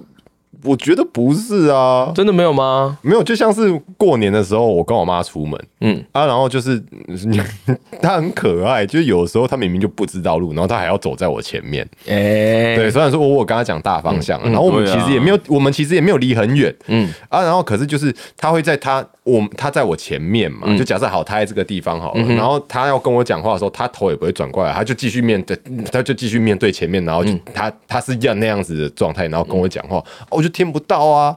Speaker 1: 我觉得不是啊，
Speaker 3: 真的没有吗？
Speaker 1: 没有，就像是过年的时候，我跟我妈出门，
Speaker 3: 嗯
Speaker 1: 嗯啊，然后就是 你，她很可爱，就是有时候她明明就不知道路，然后她还要走在我前面。
Speaker 3: 哎、
Speaker 1: 对，虽然说我我有跟她讲大方向啊，然后我们
Speaker 2: 对
Speaker 1: 其
Speaker 2: 啊
Speaker 1: 实也没有，我们其实也没有离很远，嗯啊，然后可是就是她会在她我她在我前面嘛，就假设好她在这个地方好了，然后她要跟我讲话的时候，她头也不会转过来，她就继续面对，她就继续面对前面，然后就她她是要那样子的状态，然后跟我讲话，哦我就听不到啊。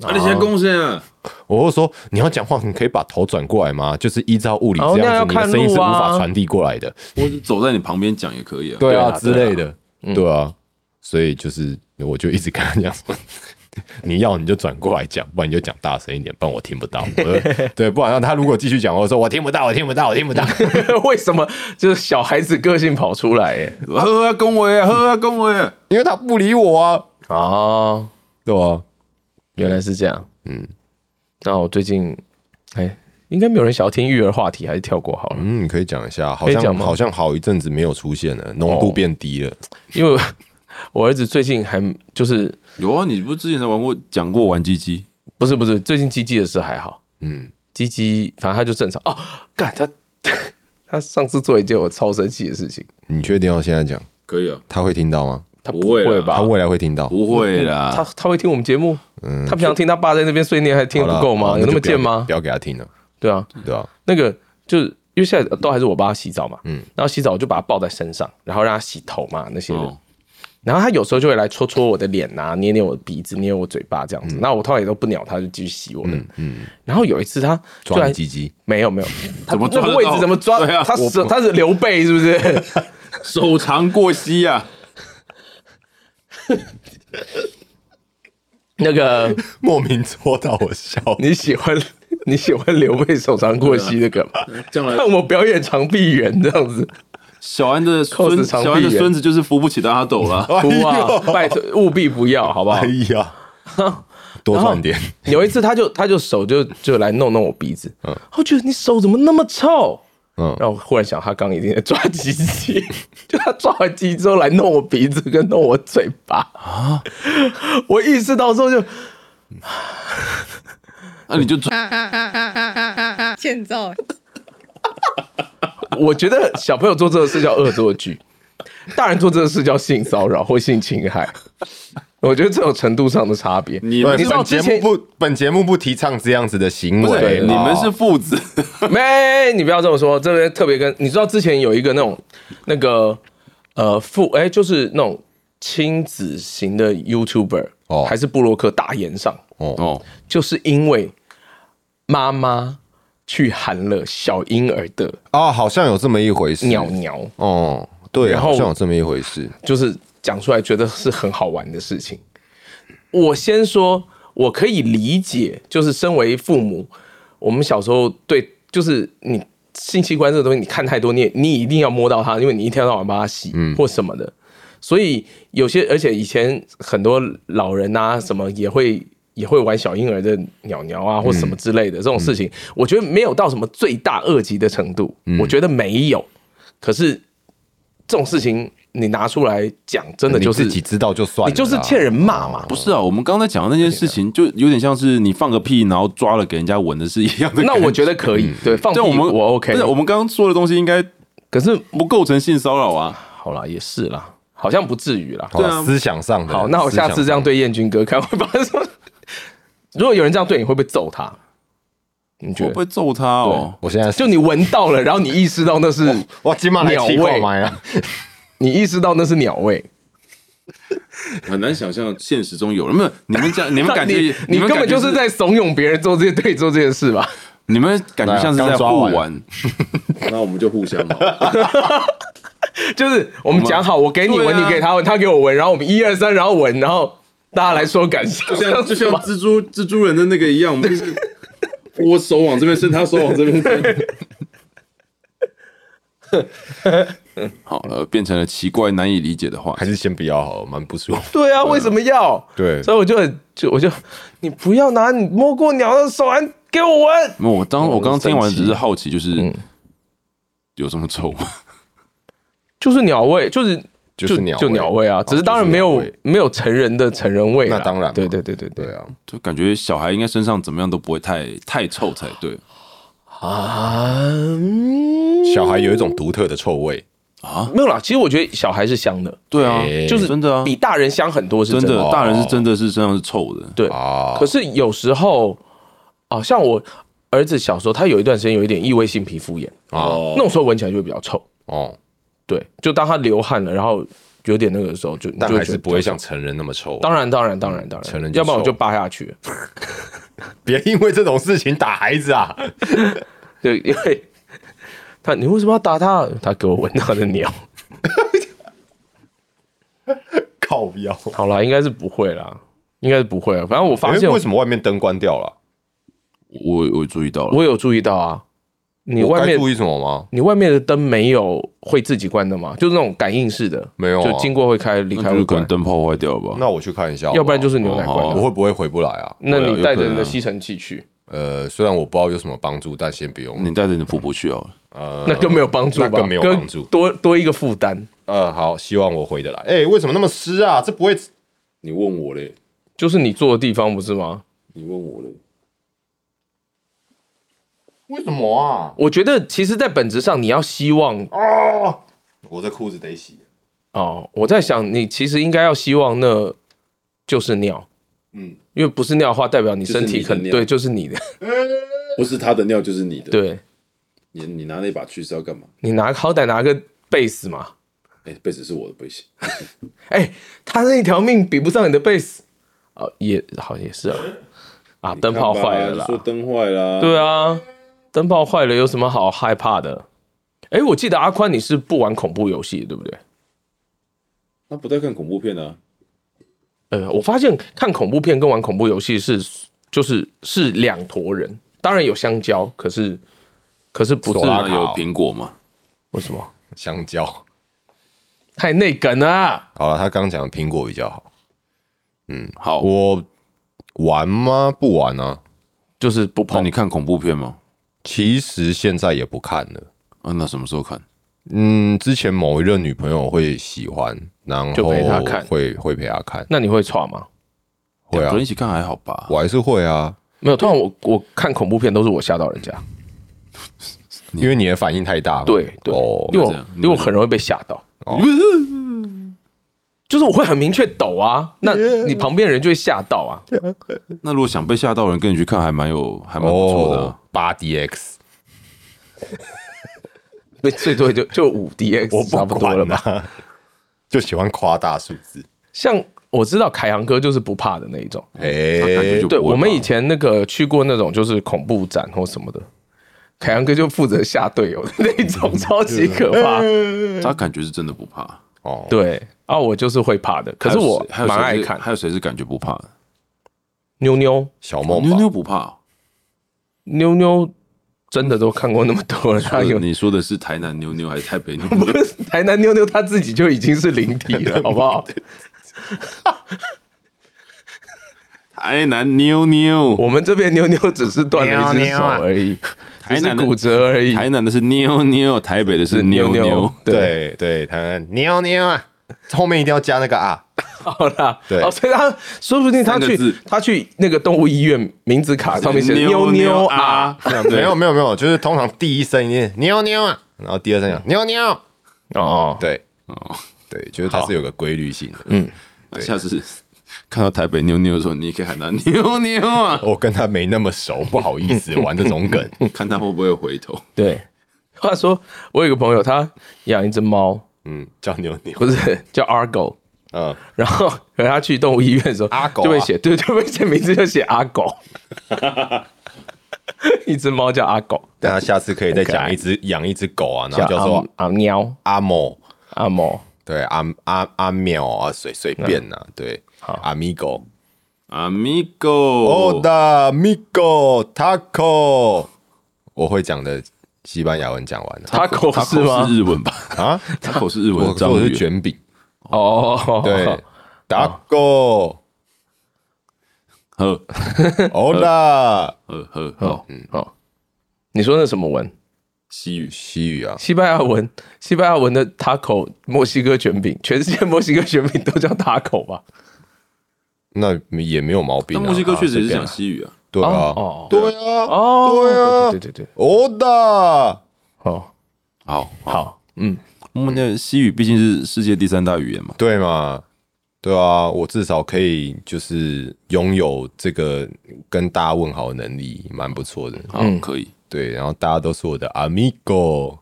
Speaker 3: 哦
Speaker 2: 啊，你现在贡献啊，
Speaker 1: 我会说你要讲话，你可以把头转过来吗？就是依照物理
Speaker 3: 哦
Speaker 1: 这
Speaker 3: 那要
Speaker 1: 样子，你
Speaker 3: 看
Speaker 1: 的声音是
Speaker 3: 路
Speaker 1: 无
Speaker 3: 啊
Speaker 1: 法传递过来的。
Speaker 2: 或者走在你旁边讲也可以啊。
Speaker 1: 对啊，
Speaker 3: 对啊
Speaker 1: 之类的，对啊。所以就是我就一直跟他讲 说，你要你就转过来讲，不然你就讲大声一点，不然我听不到。我就对，不然让他如果继续讲，我说我听不到，我听不到，我听不到。
Speaker 3: 为什么就是小孩子个性跑出来、欸？
Speaker 2: 喝啊，恭维啊，喝啊，恭维啊。
Speaker 1: 因为他不理我啊，
Speaker 3: 哦，
Speaker 1: 对啊吧？
Speaker 3: 原来是这样。嗯，那我最近，哎、应该没有人想要听育儿话题，还是跳过好了。
Speaker 1: 嗯，你可以讲一下，好
Speaker 3: 可以讲
Speaker 1: 像
Speaker 3: 吗哦
Speaker 1: 好像好一阵子没有出现了，浓度变低了。
Speaker 3: 因为我我儿子最近还就是
Speaker 2: 有啊，你不是之前才玩过讲过玩鸡鸡？
Speaker 3: 不是不是，最近鸡鸡的事还好，
Speaker 1: 嗯，
Speaker 3: 鸡鸡反正他就正常哦。干他 他上次做一件我超生气的事情，
Speaker 1: 你确定要现在讲？
Speaker 2: 可以啊，
Speaker 1: 他会听到吗？
Speaker 3: 他
Speaker 2: 不会啦
Speaker 3: 会吧
Speaker 1: 他？未来会听到。
Speaker 2: 不会
Speaker 3: 他
Speaker 2: 啦，
Speaker 3: 他会听我们节目？他平常听他爸在那边碎念，还听
Speaker 1: 好
Speaker 3: 得
Speaker 1: 啦
Speaker 3: 不够吗？
Speaker 1: 嗯好
Speaker 3: 有那么
Speaker 1: 就不要
Speaker 3: 贱吗
Speaker 1: 不？要给他听了，
Speaker 3: 对啊，
Speaker 1: 对吧？
Speaker 3: 那个就是因为现在都还是我帮他洗澡嘛，嗯，然后洗澡我就把他抱在身上，然后让他洗头嘛那些的，
Speaker 2: 哦
Speaker 3: 然后他有时候就会来戳戳我的脸呐、捏捏我的鼻子，捏我嘴巴这样
Speaker 2: 嗯
Speaker 3: 子。那、我通常也都不鸟他，就继续洗我的。嗯，然后有一次他就
Speaker 1: 抓
Speaker 3: 来
Speaker 1: 你，鸡鸡，
Speaker 3: 没有没有，
Speaker 2: 怎么
Speaker 3: 那
Speaker 2: 抓得
Speaker 3: 个
Speaker 2: 到
Speaker 3: 位置怎么抓？
Speaker 2: 对啊，
Speaker 3: 他
Speaker 2: 我
Speaker 3: 是他是刘备是不是？
Speaker 2: 手长过膝啊，
Speaker 3: 那个
Speaker 1: 莫名戳到我 笑。
Speaker 3: 你喜欢你喜欢刘备手长过膝的梗吗？
Speaker 2: 这样来
Speaker 3: 看我表演长臂猿这样子，
Speaker 2: 小安的
Speaker 3: 扣
Speaker 2: 孙
Speaker 3: 子长臂
Speaker 2: 小安的
Speaker 3: 猿
Speaker 2: 孙子就是扶不起的阿斗了。
Speaker 3: 不啊，拜托务必不要，好不好
Speaker 1: 哎？呀，多赚点，
Speaker 3: 有一次他就他就手就就来弄弄我鼻子，嗯，我觉得你手怎么那么臭，嗯
Speaker 1: 嗯，
Speaker 3: 然后我忽然想他刚刚一定在抓鸡鸡， 就他抓完鸡之后来弄我鼻子跟弄我嘴巴啊， 我意识到之后就
Speaker 2: 那啊你就转
Speaker 4: 欠揍。
Speaker 3: 我觉得小朋友做这个事叫恶作剧，大人做这个事叫性骚扰或性侵害，我觉得这种程度上的差别，
Speaker 2: 你
Speaker 1: 对
Speaker 2: 们
Speaker 3: 你知道
Speaker 1: 本
Speaker 3: 之
Speaker 1: 节
Speaker 3: 前
Speaker 1: 目不，本节目不提倡这样子的行
Speaker 2: 不
Speaker 1: 为
Speaker 2: 是。你们是
Speaker 1: 哦
Speaker 2: 父子，
Speaker 3: 没，你不要这么说。这边特别跟你知道，之前有一个那种那个呃父哎、就是那种亲子型的 YouTuber
Speaker 1: 哦
Speaker 3: 还是布洛克大言上，
Speaker 2: 哦，
Speaker 3: 就是因为妈妈去含了小婴儿的
Speaker 1: 哦，好像有这么一回事。
Speaker 3: 尿尿，
Speaker 1: 哦，对，
Speaker 3: 然后
Speaker 1: 好像有这么一回事。
Speaker 3: 就是讲出来觉得是很好玩的事情。我先说，我可以理解，就是身为父母，我们小时候对，就是你性器官这个东西，你看太多，你也你一定要摸到它，因为你一天到晚帮它洗、
Speaker 1: 嗯
Speaker 3: 或什么的。所以有些，而且以前很多老人啊，什么也会也会玩小婴儿的鸟鸟啊，或什么之类的、这种事
Speaker 1: 嗯
Speaker 3: 情，我觉得没有到什么罪大恶极的程度，我觉得没有。可是这种事情你拿出来讲，真的就
Speaker 1: 你
Speaker 3: 是
Speaker 1: 自己知道就算了啦，
Speaker 3: 你
Speaker 1: 哦
Speaker 3: 就是欠人骂嘛。
Speaker 2: 不是啊，我们刚才讲的那件事情，就有点像是你放个屁，然后抓了给人家闻的是一样的感。
Speaker 3: 那我觉得可以，对，放屁
Speaker 2: 但我们
Speaker 3: 我 OK，
Speaker 2: 不是我们刚刚说的东西应该
Speaker 3: 可是
Speaker 2: 不构成性骚扰啊。
Speaker 3: 好啦，也是啦，好像不至于啦。
Speaker 1: 好啦
Speaker 2: 对啊
Speaker 1: 思想上的。
Speaker 3: 好，那我下次这样对彦君哥看会发生什么。如果有人这样对你，会不会揍他？你觉
Speaker 2: 我不
Speaker 3: 得？
Speaker 2: 会揍他哦，
Speaker 1: 我现在
Speaker 3: 就你闻到了，然后你意识到那是
Speaker 1: 哇，今晚来
Speaker 3: 鸟
Speaker 1: 气泡
Speaker 3: 味
Speaker 1: 麦啊！
Speaker 3: 你意识到那是鸟味，
Speaker 2: 很难想象现实中有人。没有，你们讲，你们感
Speaker 3: 你
Speaker 2: 觉，
Speaker 3: 你
Speaker 2: 们
Speaker 3: 根本
Speaker 2: 感觉
Speaker 3: 就是，在怂恿别人做这些对做这些事吧？
Speaker 2: 你们感觉像是
Speaker 1: 来
Speaker 2: 在
Speaker 1: 刚抓
Speaker 2: 互
Speaker 1: 完
Speaker 2: 玩。那我们就互相嘛。
Speaker 3: 就是我们讲好，我给你
Speaker 2: 对
Speaker 3: 闻，
Speaker 2: 啊
Speaker 3: 你给他闻，他给我闻，然后我们一二三，然后闻，然后大家来说感想，
Speaker 2: 就像就
Speaker 3: 这样子
Speaker 2: 像
Speaker 3: 吗
Speaker 2: 蜘蛛蜘蛛人的那个一样，我们就是我手往这边伸，他手往这边伸。 好了，变成了奇怪难以理解的话
Speaker 1: 还。是先不要好了，蛮不舒 服。
Speaker 3: 对啊，为什么要？
Speaker 1: 对
Speaker 3: 所以我就很就我就你不要拿你摸过鸟的手环给我闻，
Speaker 2: 没有，我当我刚刚听完
Speaker 3: 生气
Speaker 2: 只是好奇，就是有这么臭吗？
Speaker 3: 就是鸟味，就是
Speaker 1: 就是鸟味哦
Speaker 3: 就鸟味啊，只是当然没有、没有成人的成人味啦，啊
Speaker 1: 那当然嘛
Speaker 3: 对对对对对
Speaker 1: 对啊，
Speaker 2: 就感觉小孩应该身上怎么样都不会太太臭才对
Speaker 3: 啊，嗯
Speaker 1: 小孩有一种独特的臭味，
Speaker 2: 啊！
Speaker 3: 没有啦。其实我觉得小孩是香的，
Speaker 2: 对啊，
Speaker 1: 哎
Speaker 3: 就是
Speaker 2: 真的啊，
Speaker 3: 比大人香很多，是
Speaker 2: 真
Speaker 3: 的
Speaker 2: 的，大人是真的是身上是臭的。
Speaker 3: 对
Speaker 1: 哦
Speaker 3: 可是有时候啊，像我儿子小时候，他有一段时间有一点异位性皮肤炎，
Speaker 1: 哦
Speaker 3: 那种时候闻起来就会比较臭。
Speaker 1: 哦，
Speaker 3: 对，就当他流汗了，然后有点那个的时候就，
Speaker 1: 但
Speaker 3: 就
Speaker 1: 还是
Speaker 3: 觉得
Speaker 1: 不会像成人那么臭。
Speaker 3: 当然，当然，当然，当然，
Speaker 1: 成人就
Speaker 3: 要不然我就
Speaker 1: 臭
Speaker 3: 扒下去了。
Speaker 1: 别因为这种事情打孩子啊！
Speaker 3: 对，因为他你为什么要打他？他给我闻他的 鸟。
Speaker 1: 靠腰。
Speaker 3: 好啦，应该是不会啦，应该是不会啊。反正我发现
Speaker 1: 哎
Speaker 3: 我
Speaker 1: 为什么外面灯关掉了？
Speaker 2: 我我注意到了，
Speaker 3: 我有注意到啊，你
Speaker 1: 我
Speaker 3: 外
Speaker 1: 该
Speaker 3: 面
Speaker 1: 注意什么吗？
Speaker 3: 你外面的灯没有会自己关的吗？就是那种感应式的，
Speaker 1: 没有啊
Speaker 3: 就经过会开离
Speaker 2: 那
Speaker 3: 开
Speaker 2: 就
Speaker 3: 会
Speaker 2: 是可能
Speaker 3: 关，
Speaker 2: 灯泡坏掉了吧？
Speaker 1: 那我去看一下好好，
Speaker 3: 要不然就是牛奶
Speaker 2: 哦
Speaker 3: 关嗯
Speaker 2: 好
Speaker 3: 的。
Speaker 1: 我会不会回不来啊？
Speaker 3: 那
Speaker 2: 对啊
Speaker 3: 你
Speaker 2: 有
Speaker 3: 带
Speaker 2: 可
Speaker 3: 着
Speaker 2: 能
Speaker 3: 你
Speaker 2: 啊
Speaker 3: 的吸尘器去，
Speaker 1: 呃，虽然我不知道有什么帮助，但先不用。
Speaker 2: 你带着你的婆婆去好了。
Speaker 1: 呃，
Speaker 3: 那更没有帮助吧？
Speaker 1: 那更没有
Speaker 3: 跟
Speaker 1: 帮助
Speaker 3: 多多一个负担。
Speaker 1: 呃，好，希望我回得来。哎、为什么那么湿啊？这不会
Speaker 2: 你问我嘞，
Speaker 3: 就是你坐的地方不是吗？
Speaker 2: 你问我嘞，
Speaker 1: 为什么啊？
Speaker 3: 我觉得其实，在本质上，你要希望
Speaker 1: 哦，我这裤子得洗。
Speaker 3: 哦，我在想，你其实应该要希望那就是尿，
Speaker 2: 嗯，
Speaker 3: 因为不是尿的话，代表你身体
Speaker 2: 就是
Speaker 3: 肯
Speaker 2: 你的尿
Speaker 3: 对，就是你的，
Speaker 2: 不是他的尿就是你的。
Speaker 3: 对
Speaker 2: 你你拿那把去是要干嘛？
Speaker 3: 你拿好歹拿个贝斯嘛，
Speaker 2: 哎、被子是我的被子。
Speaker 3: 哎、他那一条命比不上你的贝斯，哦，也好也是啊，啊，灯泡坏了啦，
Speaker 2: 灯坏啦。
Speaker 3: 对啊，灯泡坏了有什么好害怕的？哎、我记得阿宽你是不玩恐怖游戏的，对不对？
Speaker 2: 他不太看恐怖片啊。
Speaker 3: 呃，我发现看恐怖片跟玩恐怖游戏是就是是两坨人，当然有相交，可是可是不是
Speaker 1: 索拉
Speaker 2: 那
Speaker 1: 卡
Speaker 2: 啊有苹果吗？
Speaker 3: 哦为什么
Speaker 1: 香蕉。
Speaker 3: 太内梗了啊？
Speaker 1: 好了，他刚讲苹果比较好。嗯
Speaker 2: 好，
Speaker 1: 我玩吗？不玩啊。
Speaker 3: 就是不
Speaker 2: 那
Speaker 3: 碰
Speaker 2: 你看恐怖片吗？
Speaker 1: 其实现在也不看了。
Speaker 2: 啊，那什么时候看？
Speaker 1: 嗯，之前某一任女朋友会喜欢，然后
Speaker 3: 就陪她看
Speaker 1: 会会陪她看，
Speaker 3: 那你会耍吗？
Speaker 1: 会
Speaker 2: 两
Speaker 1: 啊
Speaker 2: 个人一，起看还好吧？
Speaker 1: 我还是会啊，
Speaker 3: 没有，通常我我看恐怖片都是我吓到人家，
Speaker 1: 因为你的反应太大嘛。
Speaker 3: 对对，
Speaker 1: 哦
Speaker 3: 因为
Speaker 2: 这
Speaker 3: 我
Speaker 2: 样
Speaker 3: 因为我很容易被吓到，
Speaker 1: 哦
Speaker 3: 就是我会很明确抖啊，那你旁边人就会吓到啊，
Speaker 2: 那如果想被吓到的人跟你去看，还蛮有，还蛮不错的啊、
Speaker 1: 哦，八 DX，
Speaker 3: 对，最多也就就五 DX 差不多啊了吧？
Speaker 1: 吧？ 就喜欢夸大数字，
Speaker 3: 像我知道凯航哥就是不怕的那一种，
Speaker 1: 哎
Speaker 2: 那感觉就
Speaker 3: 对
Speaker 2: 不会
Speaker 3: 我们
Speaker 2: 怕
Speaker 3: 以前那个去过那种就是恐怖展或什么的，凯阳哥就负责吓队友的那一种，超级可怕。哦
Speaker 2: 他感嗯觉是真的不怕。
Speaker 1: 哦，
Speaker 3: 对，啊，我就是会怕的，可是我
Speaker 2: 还有谁
Speaker 3: 蛮
Speaker 2: 还有
Speaker 3: 爱
Speaker 2: 谁是
Speaker 3: 看
Speaker 2: 还有谁是感觉不怕的？
Speaker 3: 妞妞
Speaker 1: 小梦吧
Speaker 2: 妞妞不怕，哦
Speaker 3: 妞妞，真的都看过那么多 了，他有
Speaker 2: 你说的是台南妞妞还是台北妞
Speaker 3: 不
Speaker 2: 妞？
Speaker 3: 是 台南妞妞，她自己就已经是灵体 了，好不好？
Speaker 2: 台南妞妞，
Speaker 3: 我们这边妞妞只是断了一只手而已，只
Speaker 2: 台
Speaker 3: 是
Speaker 2: 南的
Speaker 3: 骨折而已，
Speaker 2: 台南的是妞妞，台北的是妞
Speaker 3: 妞
Speaker 2: 妞。
Speaker 3: 对。
Speaker 1: 对对，台湾妞妞啊，后面一定要加那个啊，
Speaker 3: 好啦，
Speaker 1: 对
Speaker 3: 哦，所以他说不定他
Speaker 2: 三个
Speaker 3: 去
Speaker 2: 字
Speaker 3: 他去那个动物医院名字卡上面 写妞妞啊，，
Speaker 1: 没有没有没有，就是通常第一声一定妞妞啊，然后第二声讲妞啊妞，
Speaker 3: 哦，
Speaker 1: 对，对，就是它是有个规律性的。
Speaker 2: 对啊下次 看到台北妞妞的时候，你也可以喊他妞妞 啊，
Speaker 1: 哦我跟他没那么熟，不好意思玩这种 梗。
Speaker 2: 看他会不会回头。
Speaker 3: 对。话说，我有一个朋友，他养一只猫，
Speaker 1: 嗯，叫妞妞，
Speaker 3: 不是叫 Argo，
Speaker 1: 嗯，
Speaker 3: 然后和他去动物医院的时候，
Speaker 1: 阿狗啊
Speaker 3: 就被写对，就被写名字就写阿狗，一只猫叫阿狗，
Speaker 1: 但他下次可以再
Speaker 3: 很可
Speaker 1: 讲
Speaker 3: 爱
Speaker 1: 一只养一只狗啊，然
Speaker 3: 叫
Speaker 1: 后叫
Speaker 3: 阿
Speaker 1: 做
Speaker 3: 阿喵
Speaker 1: 阿某，
Speaker 3: 阿猫，
Speaker 1: 对，阿阿阿喵啊，随随便呐，对，阿米狗，
Speaker 2: Amigo，
Speaker 1: 哦的米狗 taco，我会讲的西班牙文讲完了
Speaker 3: 他狗
Speaker 2: 他
Speaker 3: 是吗
Speaker 2: 口？是日文吧？
Speaker 1: 啊，
Speaker 2: 他口是日
Speaker 1: 我
Speaker 2: 文，
Speaker 1: 说我
Speaker 2: 章
Speaker 1: 是
Speaker 2: 鱼。
Speaker 1: 卷饼，
Speaker 3: 哦，
Speaker 1: 对，taco，
Speaker 2: 呵
Speaker 1: 哦的
Speaker 2: 呵呵，好，
Speaker 3: 哦，你说那什么文？
Speaker 2: 西语
Speaker 1: 西语啊，
Speaker 3: 西班牙文，西班牙文的 taco 墨西哥卷饼，全世界墨西哥卷饼都叫 taco 吧？
Speaker 1: 那也没有毛病
Speaker 2: 但
Speaker 1: 啊。
Speaker 2: 墨西哥确实也是
Speaker 1: 啊
Speaker 2: 讲西语啊。
Speaker 1: 对啊
Speaker 3: 哦哦，
Speaker 1: 对啊，
Speaker 3: 哦，
Speaker 1: 对啊
Speaker 3: 对对对对，
Speaker 1: 哦的。
Speaker 3: 哦，
Speaker 2: 好，
Speaker 3: 好，嗯，
Speaker 2: 我们的西语毕竟是世界第三大语言嘛。
Speaker 1: 对嘛？对啊，我至少可以就是拥有这个跟大家问好的能力，蛮不错的。
Speaker 2: 好，可以。
Speaker 1: 对，然后大家都是我的 amigo，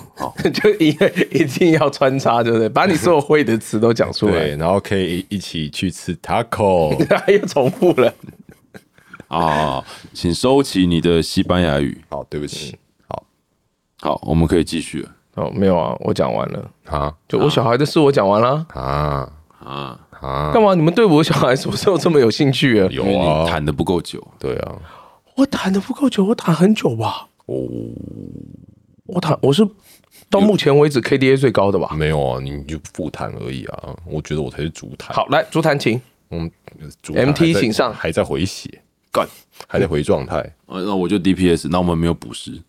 Speaker 3: 就一一定要穿插，对不对？把你所有会的词都讲 出来
Speaker 1: 对，，然后可以一起去吃 taco。
Speaker 3: 又重复了。
Speaker 2: 啊，请收起你的西班牙语。
Speaker 1: 好，对不起，
Speaker 2: 好，我们可以继续了
Speaker 3: 哦，没有啊，我讲完了，
Speaker 2: 嗯
Speaker 1: 啊
Speaker 3: 就我小孩的事我讲完了。
Speaker 1: 啊
Speaker 2: 啊，
Speaker 1: 啊！
Speaker 3: 干嘛？你们对我小孩什么时候这么有兴趣啊？
Speaker 1: 有
Speaker 2: 因为你
Speaker 1: 啊，
Speaker 2: 谈的不够久。
Speaker 1: 对啊，
Speaker 3: 我谈的不够久，我谈很久吧？哦，我谈我是到目前为止 KDA 最高的吧？
Speaker 1: 没有啊，你就复谈而已啊。我觉得我才是主谈。
Speaker 3: 好，来竹弹琴，
Speaker 1: 嗯，主谈还
Speaker 3: MT
Speaker 1: 在
Speaker 3: 请上
Speaker 1: 还在回血，干，还在回状态。
Speaker 2: 呃，那我就 DPS，那我们没有补时。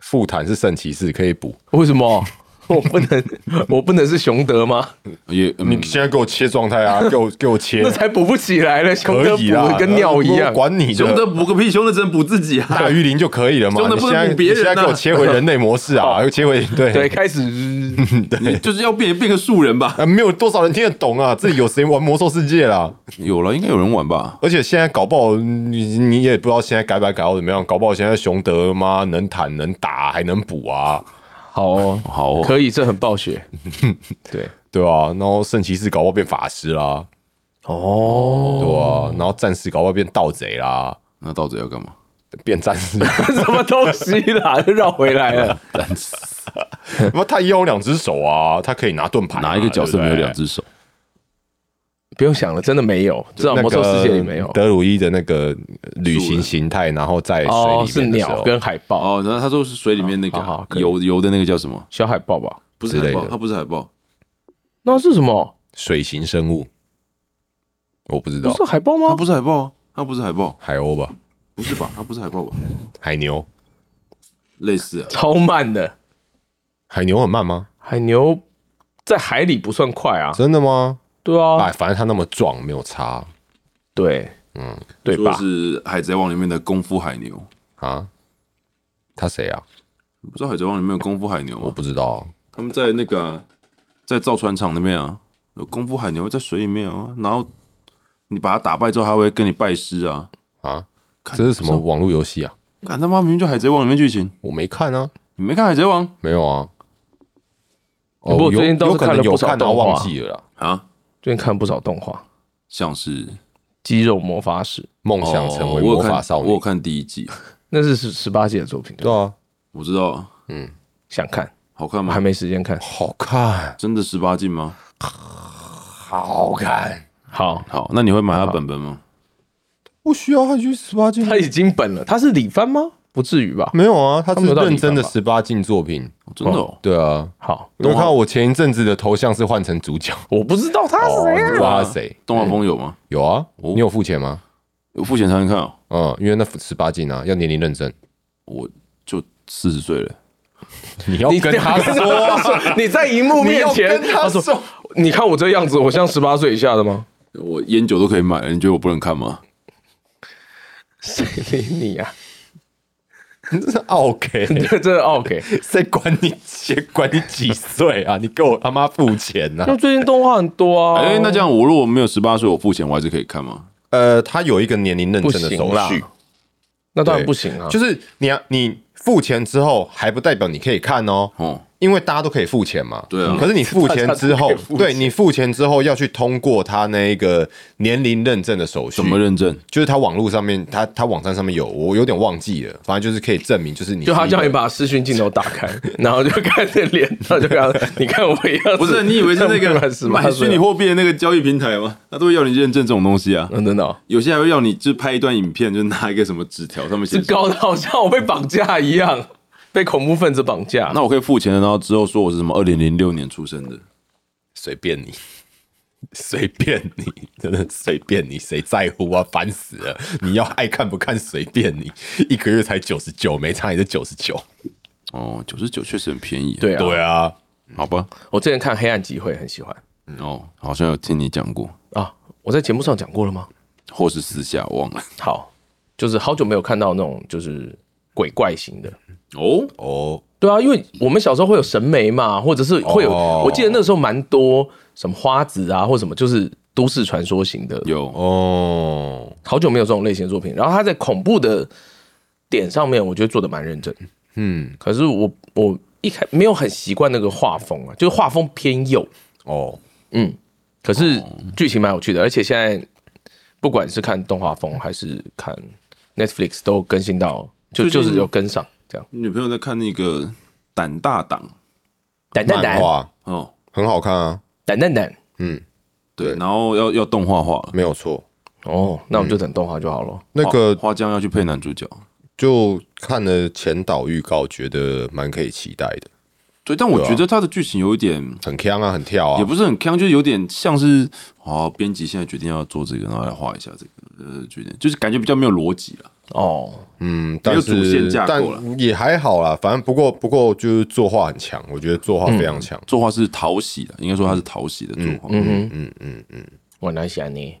Speaker 1: 复谈是圣骑士，可以补。
Speaker 3: 为什么？ 啊我不能，我不能是熊德 吗？
Speaker 2: 也，嗯
Speaker 1: 你现在给我切状态 啊，给我给我切
Speaker 3: 那。才补不起来了，熊德
Speaker 1: 可
Speaker 3: 补
Speaker 1: 以啦
Speaker 3: 的，跟尿一样
Speaker 1: 我。管你
Speaker 2: 凶的
Speaker 1: 的
Speaker 2: 补个屁，凶的只能补自己 啊！
Speaker 1: 大鱼鳞就可以了嘛。
Speaker 2: 凶的
Speaker 1: 你
Speaker 2: 不
Speaker 1: 现
Speaker 2: 能
Speaker 1: 在
Speaker 2: 比别人啊
Speaker 1: 你现在给我切回人类模式 啊，又切回对
Speaker 3: 对，开始
Speaker 2: 你就是要变变个素人吧？
Speaker 1: 啊，没有多少人听得懂 啊，这里有谁玩魔兽世界啦？
Speaker 2: 有了，应该有人玩吧？
Speaker 1: 而且现在搞不好你你也不知道现在改版改到怎么样，搞不好现在熊德妈能弹能打还能补啊，
Speaker 3: 好哦，
Speaker 2: 好哦，
Speaker 3: 可以，这很暴雪。对，
Speaker 1: 对啊，然后圣骑士搞不好变法师啦，
Speaker 3: 哦，
Speaker 1: 对啊，然后战士搞不好变盗贼啦，
Speaker 2: 那盗贼要干嘛？
Speaker 1: 变战 士，
Speaker 3: 什么东西啦？绕回来了。
Speaker 1: 那他也有两只手啊，他可以拿盾牌嘛，
Speaker 2: 哪一个角色
Speaker 1: 对不
Speaker 2: 没
Speaker 1: 对
Speaker 2: 有两只手？
Speaker 3: 不用想了，真的没有，至少
Speaker 1: 那
Speaker 3: 魔兽世界里
Speaker 1: 个
Speaker 3: 没有。
Speaker 1: 德鲁伊的那个旅行形态，然后在
Speaker 3: 哦，
Speaker 1: 水里
Speaker 3: 是
Speaker 1: 面的时候
Speaker 3: 鸟跟海豹，
Speaker 2: 哦，然后他说是水里面那个
Speaker 3: 好好
Speaker 2: 啊
Speaker 3: 可以
Speaker 2: 游游的那个叫什么？
Speaker 3: 小海豹吧？
Speaker 2: 不是
Speaker 1: 之
Speaker 2: 海
Speaker 1: 类
Speaker 2: 豹，
Speaker 1: 的
Speaker 2: 它不是海啊豹，
Speaker 3: 那是什么？
Speaker 1: 水形生物，我不知
Speaker 3: 不
Speaker 1: 道
Speaker 3: 是海豹
Speaker 2: 它
Speaker 3: 吗？
Speaker 2: 不是海豹啊，它不是海豹，
Speaker 1: 海鸥吧，
Speaker 2: 不是吧？它不是海豹吧？
Speaker 1: 海牛，
Speaker 2: 类似啊，
Speaker 3: 超慢的
Speaker 1: 海牛很慢吗？
Speaker 3: 海牛，在海里不算快啊。
Speaker 1: 真的吗？
Speaker 3: 对啊
Speaker 1: 哎，，反正它那么壮，没有差
Speaker 3: 对，嗯
Speaker 1: 嗯，
Speaker 3: 对
Speaker 2: 说
Speaker 3: 吧？
Speaker 2: 是《海贼王》里面的功夫海牛，
Speaker 1: 啊。他谁啊？
Speaker 2: 你不知道《海贼王》里面有功夫海牛
Speaker 1: 我
Speaker 2: 吗？
Speaker 1: 不知道。啊
Speaker 2: 他们在那个啊在造船厂那边啊，有功夫海牛在水里面啊，然后你把它打败之后，它会跟你拜师啊。
Speaker 1: 啊，
Speaker 2: 看
Speaker 1: 这是什么？网络游戏啊？
Speaker 2: 看他妈明明就《海贼王》里面剧情，
Speaker 1: 我没看啊，
Speaker 2: 你没看《海贼王》
Speaker 1: 没有啊。哦
Speaker 3: 不过
Speaker 1: 有
Speaker 3: 最近倒是
Speaker 1: 有可
Speaker 3: 看了
Speaker 1: 能有
Speaker 3: 不少
Speaker 1: 看，然后
Speaker 3: 动画
Speaker 1: 忘记了啦。
Speaker 2: 啊？
Speaker 3: 最近看不少动画，《
Speaker 2: 像是
Speaker 3: 肌肉魔法使》
Speaker 1: 梦想成
Speaker 2: 哦
Speaker 1: 为
Speaker 2: 我有
Speaker 1: 魔
Speaker 2: 看
Speaker 1: 法少
Speaker 2: 我有
Speaker 1: 女，
Speaker 2: 看第一季，
Speaker 3: 那是十十八集的作品，
Speaker 1: 对啊，
Speaker 2: 我知道，
Speaker 3: 想看
Speaker 2: 好看吗
Speaker 3: 还？没时间看。
Speaker 1: 好看，
Speaker 2: 真的十八禁吗？
Speaker 1: 好看。
Speaker 3: 好，
Speaker 2: 好，那你会买它本本吗？
Speaker 1: 不需要他去十八禁
Speaker 3: 他，已经本了，他是李帆吗？不至于吧？
Speaker 1: 没有啊，他
Speaker 3: 他没
Speaker 1: 是
Speaker 3: 有到
Speaker 1: 认真的
Speaker 3: 底吧
Speaker 1: 十八禁作品。
Speaker 2: 哦真的哦，
Speaker 1: 对啊，
Speaker 3: 好，
Speaker 1: 你有看到我前一阵子的头像是换成主角，
Speaker 3: 我不知道他是谁
Speaker 1: 哦
Speaker 3: 啊。
Speaker 1: 你知道他是谁？
Speaker 2: 动画风有吗？
Speaker 1: 有啊，
Speaker 2: 哦
Speaker 1: 你有付钱吗？
Speaker 2: 有付钱才能看哦。
Speaker 1: 嗯，因为那十八禁啊，要年龄认证。
Speaker 2: 我就四十岁了，
Speaker 1: 你要
Speaker 3: 哦你
Speaker 1: 跟他说啊，
Speaker 3: 你在荧幕面
Speaker 1: 你
Speaker 3: 前，
Speaker 1: 要跟他说
Speaker 3: 说：“你看我这样子，我像十八岁以下的吗
Speaker 2: 我烟酒都可以买了，你觉得我不能看吗？？”
Speaker 3: 谁理你啊？
Speaker 1: 你这是 OK。
Speaker 3: 这真的 OK。
Speaker 1: 谁管你谁管你几岁啊？你给我他妈付钱啊呐、
Speaker 3: 那最近动画很多啊。
Speaker 2: 哎、那这样我如果没有十八岁，我付钱我还是可以看吗？
Speaker 1: 呃，他有一个年龄认
Speaker 3: 不
Speaker 1: 证的手
Speaker 3: 行啦
Speaker 1: 续，，
Speaker 3: 那当然
Speaker 1: 对
Speaker 3: 不行啊。
Speaker 1: 就是是你要你付钱之后，还不代表你可以看哦。
Speaker 2: 哦，
Speaker 1: 因为大家都可以付钱嘛，
Speaker 2: 对啊
Speaker 1: 可是你付钱之后，对你付钱之后要去通过他那一个年龄认证的手续，
Speaker 2: 怎么认证？
Speaker 1: 就是他网络上面，他他网站上面有，我有点忘记了，反正就是可以证明，就是你
Speaker 3: 就他
Speaker 1: 是一
Speaker 3: 叫
Speaker 1: 个
Speaker 3: 你把视讯镜头打 开，然后就看着脸，然后就看到，你看我一样。
Speaker 2: 不是，你以为是那 个
Speaker 3: 十八
Speaker 2: 买虚拟
Speaker 3: 岁？啊
Speaker 2: 货币的那个交易平台吗？他都会要你认证这种东西啊。
Speaker 3: 嗯，真的哦，
Speaker 2: 有些还会要你就拍一段影片，就拿一个什么纸条，上面写
Speaker 3: 这搞得好像我被绑架一样， 被恐怖分子绑架。
Speaker 2: 啊那我可以付钱，然后之后说我是什么二零零六年出生的，
Speaker 1: 随便你， 随便你，真的随便你，谁在乎啊？烦死了！你要爱看不看随便你， 一个月才九十九，没差也是九十九。
Speaker 2: 哦，九十九确实很便宜、，
Speaker 3: 对啊，
Speaker 1: 对啊，
Speaker 2: 好吧，
Speaker 3: 我之前看《黑暗集会》很喜欢
Speaker 2: 哦，好像有听你讲过，
Speaker 3: 啊。我在节目上讲过了吗？
Speaker 2: 或是私下忘了。
Speaker 3: 好，就是好久没有看到那种就是鬼怪型的。
Speaker 2: 哦，
Speaker 1: 哦，
Speaker 3: 对啊，因为我们小时候会有神眉嘛，或者是会有，
Speaker 1: 哦
Speaker 3: 我记得那时候蛮多什么花子啊，或什么就是都市传说型的。
Speaker 2: 有
Speaker 1: 哦，
Speaker 3: 好久没有这种类型的作品。然后他在恐怖的点上面，我觉得做的蛮认真。
Speaker 1: 嗯，
Speaker 3: 可是我我一开没有很习惯那个画风啊，就是画风偏右，
Speaker 1: 哦，
Speaker 3: 嗯，可是
Speaker 2: 哦
Speaker 3: 剧情蛮有趣的，而且现在不管是看动画风还是看 Netflix 都更新到，就
Speaker 2: 最近
Speaker 3: 就是有跟上这样。
Speaker 2: 你女朋友在看那个《胆大党
Speaker 3: 胆蛋
Speaker 1: 漫
Speaker 3: 蛋，
Speaker 1: 画
Speaker 2: 哦，
Speaker 1: 很好看啊，
Speaker 3: 胆蛋蛋。
Speaker 2: 对，
Speaker 1: 对
Speaker 2: 然后要要动画化了，
Speaker 1: 没有错。
Speaker 3: 哦，
Speaker 1: 嗯
Speaker 3: 那我们就等动画就好了。
Speaker 1: 那个
Speaker 2: 花花江要去配男主角，
Speaker 1: 就看了前导预告，觉得蛮可以期待的，
Speaker 2: 对，啊但我觉得他的剧情有一点，
Speaker 1: 很强啊，很跳啊，
Speaker 2: 也不是很坑，就是有点像是哦，编辑现在决定要做这个，然后来画一下这个，呃，决定就是感觉比较没有逻辑啊了。
Speaker 3: 哦，
Speaker 1: 嗯，但
Speaker 2: 主线
Speaker 1: 是
Speaker 2: 架构了
Speaker 1: 但也还好啦，反正不过不过就是作画很强，我觉得作画非常
Speaker 3: 嗯
Speaker 1: 强。
Speaker 2: 作画是讨喜啊的，应该说他是讨喜的作画。嗯嗯，
Speaker 3: 我很难想你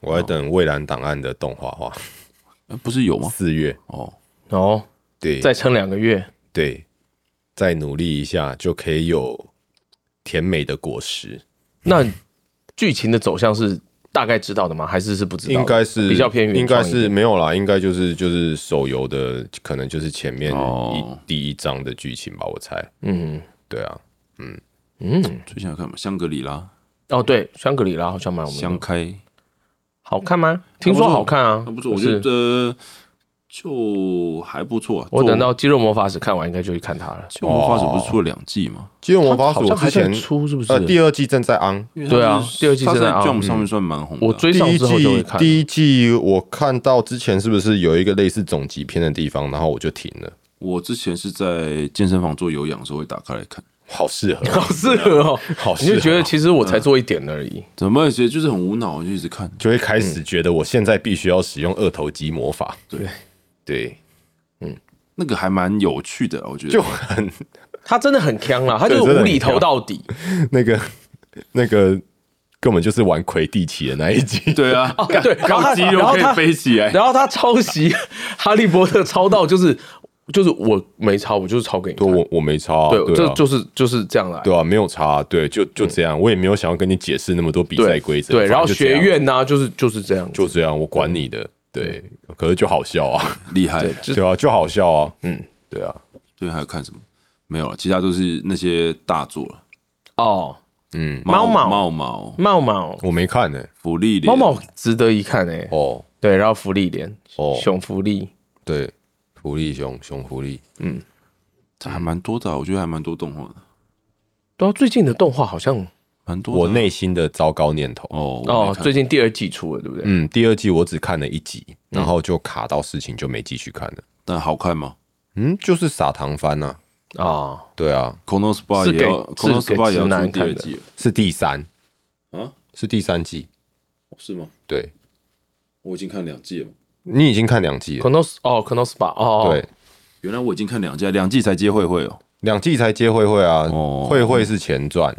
Speaker 1: 我在等《蔚蓝档案》的动画化，
Speaker 2: 呃不是有吗？
Speaker 1: 四月
Speaker 2: 哦，
Speaker 3: 哦，
Speaker 1: 对，
Speaker 3: 再撑两个月，
Speaker 1: 对，再努力一下就可以有甜美的果实，
Speaker 3: 那剧情的走向是大概知道的吗？还是是不知道的？
Speaker 1: 应该是
Speaker 3: 比较偏原
Speaker 1: 应
Speaker 3: 创
Speaker 1: 该
Speaker 3: 一点
Speaker 1: 是没有啦，应该就是就是手游的，可能就是前面一、
Speaker 2: 哦
Speaker 1: 第一章的剧情吧，我猜。
Speaker 3: 嗯
Speaker 1: 对啊，
Speaker 3: 嗯
Speaker 2: 最近要看什么？香格里拉、
Speaker 3: 哦对，香格里拉好像蛮有名
Speaker 2: 香
Speaker 3: 的，
Speaker 2: 开，
Speaker 3: 好看吗？听说好看啊，
Speaker 2: 那不错，我
Speaker 3: 可是
Speaker 2: 觉得就还不错啊。
Speaker 3: 我
Speaker 2: 做
Speaker 3: 等到《肌肉魔法使》看完，应该就去看他了。
Speaker 2: 就魔法使不是出了两季吗？
Speaker 1: 肌肉魔法使
Speaker 3: 好
Speaker 1: 我
Speaker 3: 像
Speaker 1: 之
Speaker 3: 还在
Speaker 1: 前
Speaker 3: 出，是不是？
Speaker 1: 呃第二季正在 on，
Speaker 2: 因为
Speaker 3: 对啊
Speaker 2: 它是
Speaker 3: 第二季
Speaker 2: 它
Speaker 3: 现
Speaker 2: 在
Speaker 3: 在啊
Speaker 2: Jump 上面算蛮红的啊。
Speaker 3: 我追
Speaker 1: 第
Speaker 3: 上
Speaker 1: 一
Speaker 3: 之后就会
Speaker 1: 季
Speaker 3: 看。
Speaker 1: 第一季我看到之前是不是有一个类似总集篇的地方，然后我就停了，
Speaker 2: 我之前是在健身房做有氧的时候会打开来看，
Speaker 1: 好 适合。
Speaker 3: 好适合哦，
Speaker 1: 好适
Speaker 3: 你
Speaker 1: 合
Speaker 3: 就觉得其实我才做一点而已，
Speaker 2: 怎么觉得就是很无脑，我就一直看。
Speaker 1: 就会开始觉得我现在必须要使用二头肌魔法。
Speaker 3: 嗯
Speaker 2: 对
Speaker 1: 对，
Speaker 2: 那个还蛮有趣的啊，我觉得
Speaker 1: 就很
Speaker 3: 他真的很强啦，他就
Speaker 1: 对真的
Speaker 3: 是
Speaker 1: 很
Speaker 3: 无厘头到底。
Speaker 1: 那个那个根本就是玩魁地奇的那一 集。
Speaker 2: 对啊，干
Speaker 3: 哦对然后
Speaker 2: 靠
Speaker 3: 他
Speaker 2: 肌
Speaker 3: 然
Speaker 2: 肉
Speaker 3: 后
Speaker 2: 可以
Speaker 3: 他
Speaker 2: 飞起来，
Speaker 3: 然后他抄袭《哈利波特》，抄到就是就是我没抄，我就是抄给你
Speaker 1: 对，
Speaker 3: 看。
Speaker 1: 我我没差啊、
Speaker 3: 对，
Speaker 1: 对
Speaker 3: 这
Speaker 1: 啊，
Speaker 3: 就是就是这样来。
Speaker 1: 对啊，没有差啊、对，就就这样，我也没有想要跟你解释那么多比赛
Speaker 3: 对
Speaker 1: 规则。
Speaker 3: 对，然后
Speaker 1: 反正就这
Speaker 3: 学
Speaker 1: 样
Speaker 3: 院呐，就是就是这样。
Speaker 1: 就这样，我管你的。对，
Speaker 3: 嗯
Speaker 1: 可是就好笑啊，
Speaker 2: 厉害。
Speaker 3: 就
Speaker 1: 对啊，就好笑啊，嗯，对啊，
Speaker 2: 最近还有看什么？没有了，啊其他都是那些大作了。
Speaker 3: 哦，
Speaker 1: 嗯，
Speaker 3: 猫
Speaker 2: 毛猫
Speaker 3: 毛
Speaker 2: 毛
Speaker 3: 茂茂
Speaker 1: 我没看呢、
Speaker 2: 福利
Speaker 3: 猫
Speaker 2: 脸，
Speaker 3: 猫值得一看诶。
Speaker 1: 哦，
Speaker 3: 对，然后福利连
Speaker 1: 哦
Speaker 3: 熊福利，
Speaker 1: 对，狐狸熊熊狐狸，
Speaker 2: 这还蛮多的啊，我觉得还蛮多动画的，
Speaker 3: 对啊，最近的动画好像
Speaker 2: 蛮多的啊。
Speaker 1: 我内心的糟糕念头。
Speaker 2: 哦我没
Speaker 3: 哦，
Speaker 2: 看
Speaker 3: 最近第二季出了，对不对？
Speaker 1: 嗯，第二季我只看了一集，
Speaker 2: 嗯
Speaker 1: 然后就卡到事情就没继续看了。
Speaker 2: 但好看吗
Speaker 1: 嗯，就是撒糖番呐、
Speaker 3: 啊，
Speaker 1: 对啊，
Speaker 2: ？Kono Spa
Speaker 3: 是
Speaker 2: 也要
Speaker 3: 给是
Speaker 2: Kono
Speaker 3: 给
Speaker 2: Spa 也
Speaker 3: 直
Speaker 2: 要
Speaker 3: 男
Speaker 2: 出第二
Speaker 3: 看的
Speaker 2: 季了
Speaker 1: 是第三，
Speaker 2: 啊？
Speaker 1: 是第三季。
Speaker 2: 是吗？
Speaker 1: 对，
Speaker 2: 我已经看两季了。
Speaker 1: 你已经看两季了，
Speaker 3: Konos 哦，Konos p a 哦，
Speaker 1: 对，，
Speaker 2: 原来我已经看两季了，啊两季才接会会哦。
Speaker 1: 两季才接慧慧啊，
Speaker 2: 哦
Speaker 1: 慧慧是前传，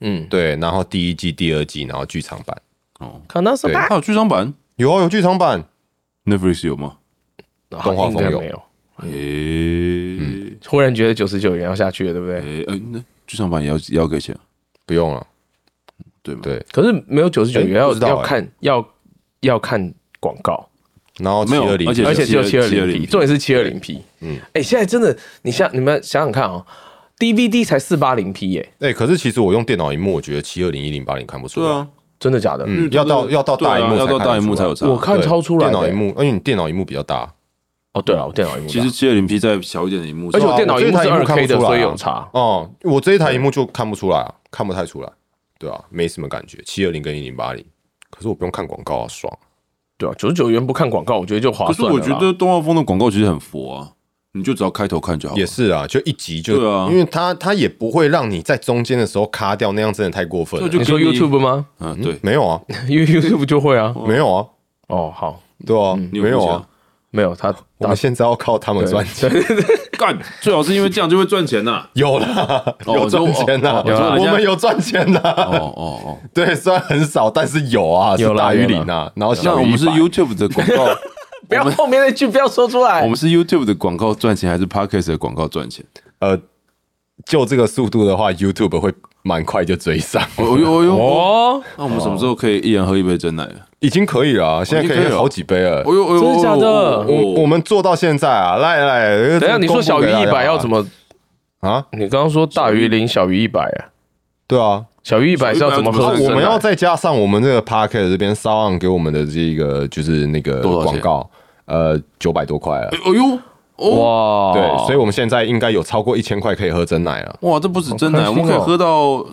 Speaker 3: 嗯
Speaker 1: 对，然后第一季、第二季，然后剧场版
Speaker 2: 哦，
Speaker 3: ，Konos
Speaker 1: 对
Speaker 3: p
Speaker 2: 还有剧场版
Speaker 1: 有啊，有剧场版，
Speaker 2: Netflix 有吗？
Speaker 1: 动画风有
Speaker 3: 哦没有？
Speaker 2: 诶
Speaker 3: 忽然觉得九十九元要下去了，对
Speaker 1: 嗯
Speaker 3: 不对？
Speaker 2: 诶诶，那剧场版也要也要给钱啊，
Speaker 1: 不用了，
Speaker 2: 对吗？
Speaker 1: 对，
Speaker 3: 可是没有九十九元
Speaker 1: 哎
Speaker 3: 要
Speaker 1: 不知道哎
Speaker 3: 要看要要看广告，
Speaker 1: 然后
Speaker 2: 没有
Speaker 1: 720
Speaker 2: 而且
Speaker 3: 而且只有七二零 P，
Speaker 2: 720p
Speaker 3: 重点是七二零 P。嗯，哎，现在真的，你想你们想想看哦，DVD 才四八零 P 耶，
Speaker 1: 哎、可是其实我用电脑荧幕，我觉得七二零一零八零看不出来。
Speaker 2: 对，啊，
Speaker 3: 真的假的？嗯
Speaker 1: 嗯，要到要到
Speaker 2: 对
Speaker 1: 大
Speaker 2: 啊
Speaker 1: 荧幕、
Speaker 2: 要到大荧幕才有。差。
Speaker 3: 我看
Speaker 1: 对
Speaker 3: 超出来
Speaker 1: 电脑
Speaker 3: 的
Speaker 1: 荧。幕，因为你电脑荧幕比较大，
Speaker 3: 哦，对了，我电脑荧幕大。
Speaker 2: 其实七二零 P 在小一点的荧幕上，
Speaker 3: 而且我电脑
Speaker 1: 对
Speaker 3: 荧
Speaker 1: 啊
Speaker 3: 幕是
Speaker 1: 我
Speaker 3: 二
Speaker 1: 这台荧幕
Speaker 3: K
Speaker 1: 看
Speaker 3: 的，
Speaker 1: 不出来啊
Speaker 3: 所以有差。
Speaker 1: 哦，我这一台荧幕就看不出来啊，看不太出来，对啊，没什么感觉，七二零跟一零八零，可是我不用看广告啊，爽。
Speaker 3: 对啊，九十九元不看广告，我觉得就划
Speaker 2: 可是
Speaker 3: 算啊了
Speaker 2: 我
Speaker 3: 啦。
Speaker 2: 觉得动画风的广告其实很佛啊，你就只要开头看就好了。
Speaker 1: 也是啊，就一集就，
Speaker 2: 哦对啊
Speaker 1: 因为它它也不会让你在中间的时候卡掉，那样真的太过分了。
Speaker 2: 啊就
Speaker 3: 你说
Speaker 2: 给你
Speaker 3: YouTube 吗？
Speaker 2: 嗯，对，
Speaker 1: 没有啊，
Speaker 3: 因为 YouTube 就会啊。
Speaker 1: 没有啊，
Speaker 3: 哦，好，
Speaker 1: 对啊，
Speaker 2: 你
Speaker 1: 没有啊，
Speaker 3: 没有他
Speaker 1: 我们现在要靠他们赚钱，
Speaker 2: 付钱啊，干，最好是因为这样就会赚钱呐。
Speaker 1: 有啦，
Speaker 2: 哦
Speaker 1: 有赚钱
Speaker 2: 哦
Speaker 1: 啦，
Speaker 2: 哦有啊
Speaker 1: 我们有赚钱啦，
Speaker 2: 哦哦哦，
Speaker 1: 对，虽然很少，但是有啊，
Speaker 3: 有
Speaker 1: 是
Speaker 3: 啦
Speaker 1: 大于
Speaker 3: 有啦
Speaker 1: 零啊，然后
Speaker 2: 那
Speaker 1: 小
Speaker 2: 我
Speaker 1: 于
Speaker 2: 们是
Speaker 1: 100
Speaker 2: YouTube 的广 告，
Speaker 3: 不要后面那句不要说出来
Speaker 2: 我们是 YouTube 的广告赚钱，还是 Podcast 的广告赚 钱？
Speaker 1: 呃，就这个速度的话，YouTube 会蛮快就追上，
Speaker 2: 我我我我，
Speaker 3: 哦，
Speaker 2: 哎那我们什么时候可以一人喝一杯真奶了？
Speaker 1: 已经可以了啊，现在
Speaker 2: 已经
Speaker 1: 可
Speaker 2: 可以
Speaker 1: 以
Speaker 2: 了
Speaker 1: 好几杯了。
Speaker 2: 哦呦哦呦，
Speaker 3: 真的假的
Speaker 2: 哦呦哦呦
Speaker 1: 我我们做到现在啊，来来，来
Speaker 3: 等一下你说小于一百要怎
Speaker 1: 么
Speaker 3: 么？
Speaker 1: 啊？
Speaker 3: 你刚刚说大于零，小于一百啊？
Speaker 1: 对啊，
Speaker 3: 小于一百是要怎么
Speaker 2: 小
Speaker 3: 喝
Speaker 2: 于100要怎么喝
Speaker 3: 真奶？
Speaker 1: 我们要再加上我们这个 p a r k e t 这边 s o n 给我们的这个就是那个
Speaker 2: 多少
Speaker 1: 广
Speaker 2: 钱
Speaker 1: 告，呃，九百多块了。
Speaker 2: 哎呦哦
Speaker 3: 哇，
Speaker 1: 对，所以我们现在应该有超过一千块可以喝真奶了。
Speaker 2: 哇，这不止真
Speaker 3: 好开
Speaker 2: 奶，
Speaker 3: 心
Speaker 2: 我
Speaker 3: 哦
Speaker 2: 们可以喝到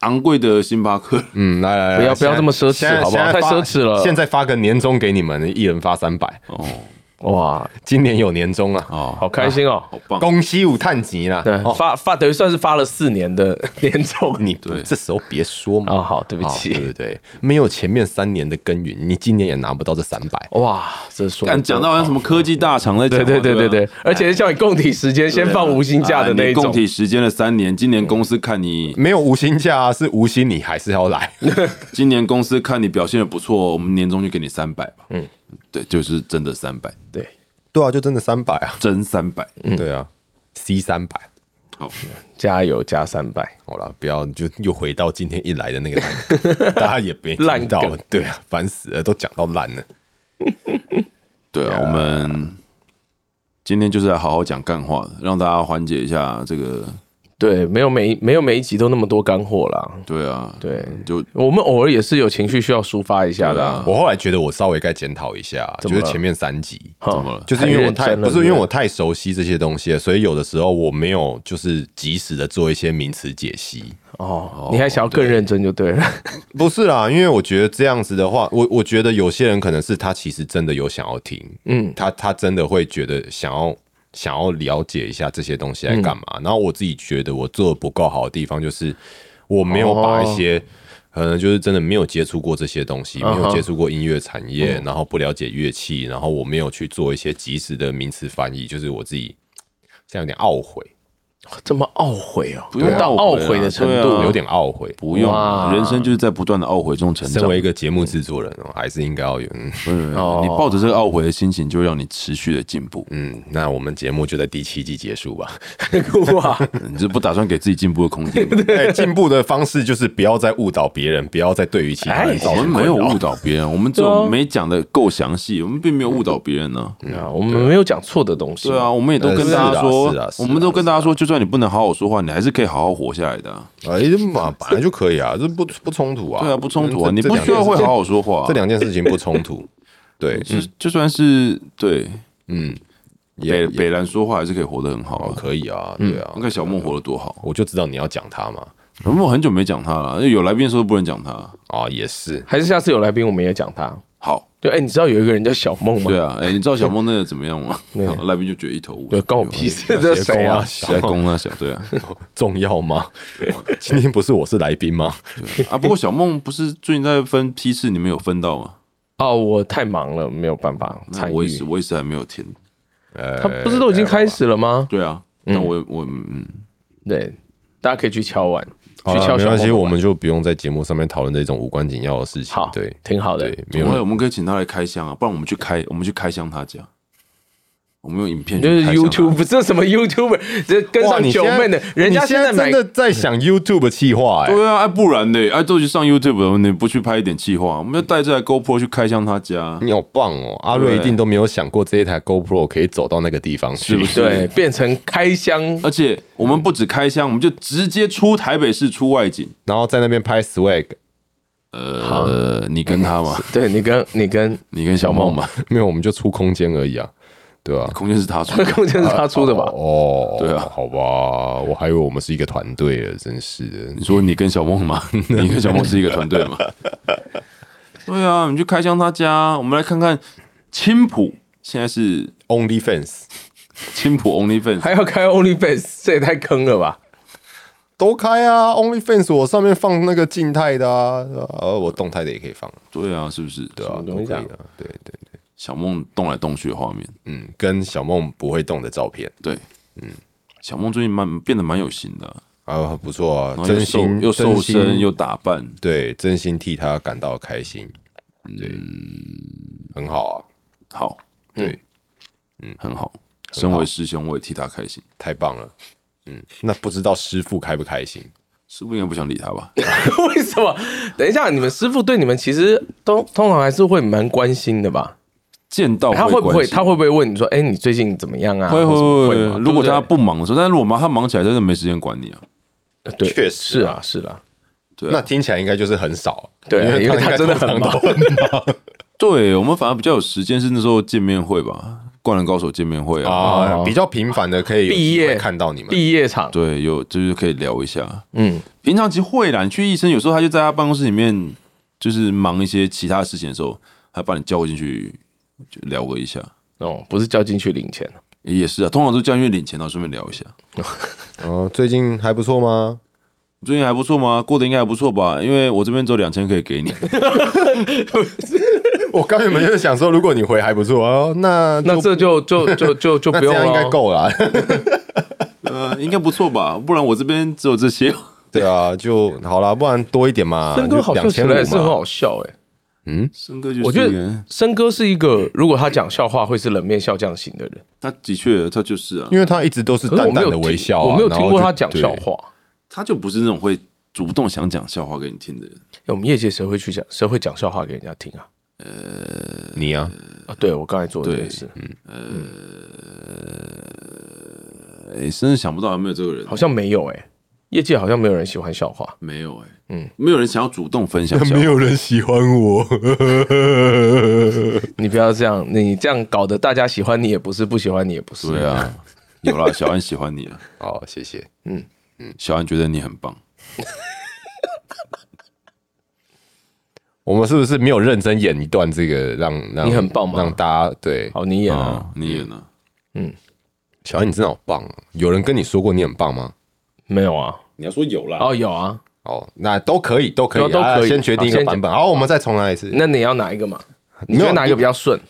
Speaker 2: 昂贵的星巴克。
Speaker 1: 嗯，来来来，
Speaker 3: 不
Speaker 1: 来
Speaker 3: 要不要
Speaker 1: 现在
Speaker 3: 这么奢侈
Speaker 1: 现在
Speaker 3: 好不好
Speaker 1: 现在发
Speaker 3: 太奢侈了
Speaker 1: 现在发个年终给你们，一人发三百。
Speaker 2: 哦
Speaker 3: 哇，
Speaker 1: 今年有年终了，
Speaker 2: 哦，
Speaker 3: 好开心哦！
Speaker 2: 好棒，
Speaker 1: 恭喜五探级啦！
Speaker 3: 对
Speaker 1: 哦，
Speaker 3: 发发等于算是发了四年的年终
Speaker 1: 你
Speaker 2: 对
Speaker 1: 这时候别说嘛。
Speaker 3: 啊，好，对不
Speaker 1: 好嗯哦对
Speaker 3: 起，
Speaker 1: 对对，没有前面三年的耕耘，你今年也拿不到这三百。
Speaker 3: 哇，这说
Speaker 2: 敢讲到好像什么科技大厂在讲
Speaker 3: 对
Speaker 2: 话，
Speaker 3: 对对
Speaker 2: 不
Speaker 3: 对对，而
Speaker 1: 哎
Speaker 3: 且是叫你供体时间，先放无薪假的那一
Speaker 2: 哎你
Speaker 3: 种
Speaker 2: 供，体时间了三年，今年公司看你，
Speaker 1: 没有无薪假啊，是无薪，你还是要来。
Speaker 2: 今年公司看你表现的不错，我们年终就给你三百吧。嗯，对，就是真的三百，
Speaker 3: 对，
Speaker 1: 对啊，就真的三百啊。
Speaker 2: 真三百。
Speaker 3: 嗯
Speaker 1: 对啊，C 三百。
Speaker 2: 好，
Speaker 3: 加油加三百，
Speaker 1: 好了，不要就又回到今天一来的那 个烂梗，大家也别听
Speaker 3: 烂
Speaker 1: 到
Speaker 3: 梗，
Speaker 1: 对啊，烦死了，都讲到烂了。
Speaker 2: 对啊，我们今天就是来好好讲干话的，让大家缓解一下这个
Speaker 3: 对，没有每没有每一集都那么多干货啦。
Speaker 2: 对啊，
Speaker 3: 对
Speaker 2: 就
Speaker 3: 我们偶尔也是有情绪需要抒发一下的、啊。
Speaker 1: 我后来觉得我稍微该检讨一下，啊
Speaker 3: 怎
Speaker 1: 就
Speaker 3: 么了
Speaker 1: 是前面三集，
Speaker 3: 怎
Speaker 2: 么了
Speaker 1: 就是因为我太不是因为我
Speaker 3: 太
Speaker 1: 太熟悉这些东西了，所以有的时候我没有就是及时的做一些名词解析。
Speaker 3: 认真了哦，你还想要更认真就对了。
Speaker 1: 不是啦，因为我觉得这样子的话，我我觉得有些人可能是他其实真的有想要听，嗯，他他真的会觉得想要想要了解一下这些东西在干嘛。
Speaker 3: 嗯
Speaker 1: 然后我自己觉得我做的不够好的地方就是我没有把一些、可能就是真的没有接触过这些东西，没
Speaker 3: 嗯哼嗯
Speaker 1: 有接触过音乐产业，然后不了解乐器，然后我没有去做一些及时的名词翻译，就是我自己现在有点懊悔，
Speaker 3: 这么懊悔哦，
Speaker 2: 不用到
Speaker 3: 到懊悔的程度，
Speaker 2: 对啊
Speaker 1: 有点懊悔。
Speaker 2: 不用
Speaker 3: 哇，
Speaker 2: 人生就是在不断的懊悔中成长
Speaker 1: 身。为一个节目制作人哦，还是应该要有。嗯
Speaker 2: 不是
Speaker 3: 哦
Speaker 2: 你抱着这个懊悔的心情，就让你持续的进步。
Speaker 1: 嗯，那我们节目就在第七季结束吧。
Speaker 3: 哇，
Speaker 2: 你是不打算给自己进步的空间吗？
Speaker 1: 哎进步的方式就是不要再误导别人，不要再对于其他人
Speaker 3: 哎
Speaker 1: 造
Speaker 2: 我
Speaker 1: 成
Speaker 2: 们没有误导别人，我们只
Speaker 3: 对啊
Speaker 2: 有没讲的够详细，我们并没有误导别人呢。
Speaker 3: 啊，我们没有讲错的东西。
Speaker 2: 对啊，，我们也都
Speaker 1: 呃嗯
Speaker 2: 跟
Speaker 1: 是
Speaker 2: 大
Speaker 1: 啊
Speaker 2: 家说
Speaker 1: 是啊，是
Speaker 2: 我
Speaker 1: 啊
Speaker 2: 们都跟大家说，就算你不能好好说话，你还是可以好好活下来的啊。
Speaker 1: 哎嘛，本来就可以啊，这不不冲突啊。
Speaker 2: 对啊，不冲突啊，
Speaker 1: 这
Speaker 2: 你
Speaker 1: 这
Speaker 2: 不
Speaker 1: 两
Speaker 2: 需要
Speaker 1: 件
Speaker 2: 会
Speaker 1: 事
Speaker 2: 好好说话啊。嗯
Speaker 1: 这两件事情不冲 突。对，
Speaker 2: 就
Speaker 3: 嗯
Speaker 2: 就算是对北
Speaker 1: 也也
Speaker 2: 北兰说话，还是可以活得很好
Speaker 1: 哦
Speaker 2: 啊。
Speaker 1: 可以啊，对啊
Speaker 2: 你。看小梦活得多好，
Speaker 1: 我就知道你要讲他嘛。
Speaker 2: 小梦很久没讲他了，因为有来宾的时候都不能讲他。
Speaker 1: 啊，也是。
Speaker 3: 还是下次有来宾我们也讲他。
Speaker 2: 好，
Speaker 3: 对，哎，你知道有一个人叫小梦吗？
Speaker 2: 对啊，哎，你知道小梦那个怎么样 吗？
Speaker 3: 对
Speaker 2: 然后来宾就觉得一头雾
Speaker 3: 对，
Speaker 2: 水，
Speaker 3: 关我屁事，
Speaker 1: 有
Speaker 3: 这是谁啊？
Speaker 1: 谁
Speaker 2: 在攻啊小对 啊
Speaker 1: 重要 吗？今天不是我是来宾吗？
Speaker 2: 啊！不过小梦不是最近在分批次，你们有分到吗？
Speaker 3: 哦，我太忙了，没有办法
Speaker 2: 那
Speaker 3: 参
Speaker 2: 我也是，
Speaker 3: 与。
Speaker 2: 我也是还没有填。
Speaker 3: 他不是都已
Speaker 1: 哎
Speaker 3: 经开始了吗？
Speaker 2: 对啊，那我我嗯，
Speaker 3: 对，大家可以去敲碗，去
Speaker 1: 好啦
Speaker 3: 敲
Speaker 1: 没
Speaker 3: 小
Speaker 1: 关
Speaker 3: 梦
Speaker 1: 系，
Speaker 3: 玩。
Speaker 1: 我们就不用在节目上面讨论这种无关紧要的事情
Speaker 3: 好，。
Speaker 1: 对
Speaker 3: 挺好的
Speaker 1: 对。，没
Speaker 2: 没有，
Speaker 1: 有
Speaker 2: 我们可以请他来开箱啊，不然我们去开，我们去开箱他家，我们用影片
Speaker 3: 就
Speaker 2: 去
Speaker 3: 是
Speaker 2: 开箱他
Speaker 3: YouTube，这什么 YouTuber，这跟
Speaker 1: 啊哇
Speaker 3: 上
Speaker 1: 你
Speaker 3: 九
Speaker 1: 现在
Speaker 3: 妹的，人家
Speaker 1: 你现在
Speaker 3: 在买
Speaker 1: 真的在想 YouTube 企划哎、
Speaker 2: 嗯对啊，哎，不然呢？哎，都去上 YouTube 了，你不去拍一点计划，我们就带这台 GoPro 去开箱他家，
Speaker 1: 你好棒哦！阿瑞一
Speaker 2: 对
Speaker 1: 定都没有想过这一台 GoPro 可以走到那个地方去，
Speaker 2: 是不是？
Speaker 3: 对，变成开箱
Speaker 2: 而且我们不止开箱，我们就直接出台北市出外景。
Speaker 1: 然后在那边拍 swag，
Speaker 2: 呃，你跟他 嘛，
Speaker 3: 对你跟你跟
Speaker 2: 你跟小梦嘛，
Speaker 1: 没有我们就出空间而已啊，对吧、
Speaker 2: 空间是他出的，
Speaker 3: 空间是他出的吧？
Speaker 1: 哦，
Speaker 2: 对啊
Speaker 1: 好吧，我还以为我们是一个团队了，真是的。
Speaker 2: 你说你跟小梦 吗？你跟小梦是一个团队吗？对啊，你去开箱他家，我们来看看青浦现在是
Speaker 1: Only fans
Speaker 2: 青浦 OnlyFans，
Speaker 3: 还要开 OnlyFans，这也太坑了吧！
Speaker 1: 都开啊，Only fans 我上面放那个静态的啊，呃，我动态的也可以放，
Speaker 2: 对啊，是不是？
Speaker 1: 对
Speaker 2: 对
Speaker 1: 啊，都
Speaker 3: 什么东
Speaker 1: 可
Speaker 3: 西啊
Speaker 1: 以啊，对对对，
Speaker 2: 小梦动来动去的画面，
Speaker 1: 嗯，跟小梦不会动的照片
Speaker 2: 对，嗯，小梦最近蛮变得蛮有型的啊、
Speaker 1: 啊，不错啊，
Speaker 2: 然后又
Speaker 1: 真
Speaker 2: 瘦
Speaker 1: 心
Speaker 2: 又瘦
Speaker 1: 真心
Speaker 2: 身又打扮，
Speaker 1: 对，真心替他感到开心，
Speaker 3: 嗯
Speaker 1: 对，很好啊，
Speaker 2: 好，
Speaker 1: 对，
Speaker 2: 嗯，很好。身为师兄，我也替他开心。
Speaker 1: 太棒了，嗯，那不知道师傅开不开心？
Speaker 2: 师傅应该不想理他吧？
Speaker 3: 为什么？等一下，你们师傅对你们其实都通常还是会蛮关心的吧？
Speaker 2: 见
Speaker 1: 哦
Speaker 2: 到
Speaker 3: 哎他会不
Speaker 2: 关
Speaker 3: 会
Speaker 2: 心
Speaker 3: 他会不会问你说，哎，你最近怎么样啊？
Speaker 2: 会
Speaker 3: 或
Speaker 2: 会
Speaker 3: 者会吗
Speaker 2: 会？如果
Speaker 3: 对
Speaker 2: 他
Speaker 3: 不
Speaker 2: 不忙的时候，但是如果忙他忙起来，真的没时间管你啊。
Speaker 3: 对，
Speaker 1: 确实
Speaker 3: 是
Speaker 1: 啊
Speaker 3: 啊，是啊，
Speaker 2: 对啊
Speaker 1: 那听起来应该就是很少，
Speaker 3: 对啊因为他真的很忙
Speaker 1: 忙，
Speaker 2: 对我们反而比较有时间是那时候见面会吧，《灌篮高手》见面会 啊，
Speaker 1: 啊，比较频繁的可以有
Speaker 3: 哦毕
Speaker 1: 机会
Speaker 3: 业
Speaker 1: 看到你们，
Speaker 3: 毕业场，
Speaker 2: 对，有就是可以聊一下。
Speaker 3: 嗯，
Speaker 2: 平常其实会啦，你去医生有时候他就在他办公室里面，就是忙一些其他事情的时候，他把你叫进去就聊个一下。
Speaker 3: 哦，不是叫进去领钱，
Speaker 2: 也是啊，通常都是叫进去领钱，然后顺便聊一下。
Speaker 1: 哦，最近还不错吗？
Speaker 2: 最近还不错吗？过得应该还不错吧？因为我这边只有两千可以给 你。
Speaker 1: 我刚原本就是想说，如果你回还不错哦，那
Speaker 3: 那
Speaker 1: 就
Speaker 3: 这就就就就就
Speaker 1: 那
Speaker 3: 不
Speaker 1: 这
Speaker 3: 用啊
Speaker 1: 样应该
Speaker 3: 了。
Speaker 1: 够 了，
Speaker 2: 呃，应该不错吧？不然我这边只有这些。
Speaker 1: 对啊，就好啦，不然多一点嘛，
Speaker 3: 森哥好笑
Speaker 1: 两
Speaker 3: 起
Speaker 1: 千
Speaker 3: 来也是很
Speaker 1: 五嘛，
Speaker 3: 好笑哎、
Speaker 2: 森哥就是，
Speaker 3: 我觉得森哥是一个，如果他讲笑话会是冷面笑匠型的人，
Speaker 2: 他的确，他就是啊，
Speaker 1: 因为他一直都是
Speaker 3: 可是我
Speaker 1: 淡
Speaker 3: 没
Speaker 1: 淡
Speaker 3: 有
Speaker 1: 的微
Speaker 3: 听
Speaker 1: 笑啊，
Speaker 3: 我没有
Speaker 1: 然
Speaker 3: 听
Speaker 1: 后
Speaker 3: 过
Speaker 1: 就
Speaker 3: 他讲
Speaker 1: 对
Speaker 3: 笑话。
Speaker 2: 他就不是那种会主动想讲笑话给你听的人。
Speaker 3: 哎我们业界谁会去讲，谁会讲笑话给人家听啊？
Speaker 2: 呃
Speaker 1: 你啊，嗯
Speaker 3: 啊，对我刚才做的这件
Speaker 2: 对
Speaker 3: 事，
Speaker 2: 呃，哎，真的想不到有没有这个人，
Speaker 3: 好像没有哎、业界好像没有人喜欢笑话。
Speaker 2: 没有哎，嗯，没有人想要主动分享笑 话，
Speaker 1: 没有人喜欢我，
Speaker 3: 你不要这样，你这样搞得大家喜欢你也不是，不喜欢你也不是。
Speaker 2: 对，啊，有啦，小安喜欢你了，啊
Speaker 1: 好，谢谢。
Speaker 2: 小安觉得你很 棒，
Speaker 1: 我们是不是没有认真演一段这个让让
Speaker 3: 你很棒吗
Speaker 1: 让大家对，
Speaker 3: 好，你演啊。
Speaker 2: 啊，你也呢？
Speaker 1: 小安你真的好棒哦！有人跟你说过你很棒吗？
Speaker 3: 没有啊？
Speaker 1: 你要说有啦，
Speaker 3: 哦，有啊。
Speaker 1: 哦，那都可以，都可以，
Speaker 3: 都
Speaker 1: 啊
Speaker 3: 都可以
Speaker 1: 先决定一
Speaker 3: 好
Speaker 1: 个
Speaker 3: 先
Speaker 1: 版本，好，我们再重来一次。
Speaker 3: 那你要哪一个嘛？你
Speaker 1: 没
Speaker 3: 觉
Speaker 1: 有
Speaker 3: 得哪一个比较顺？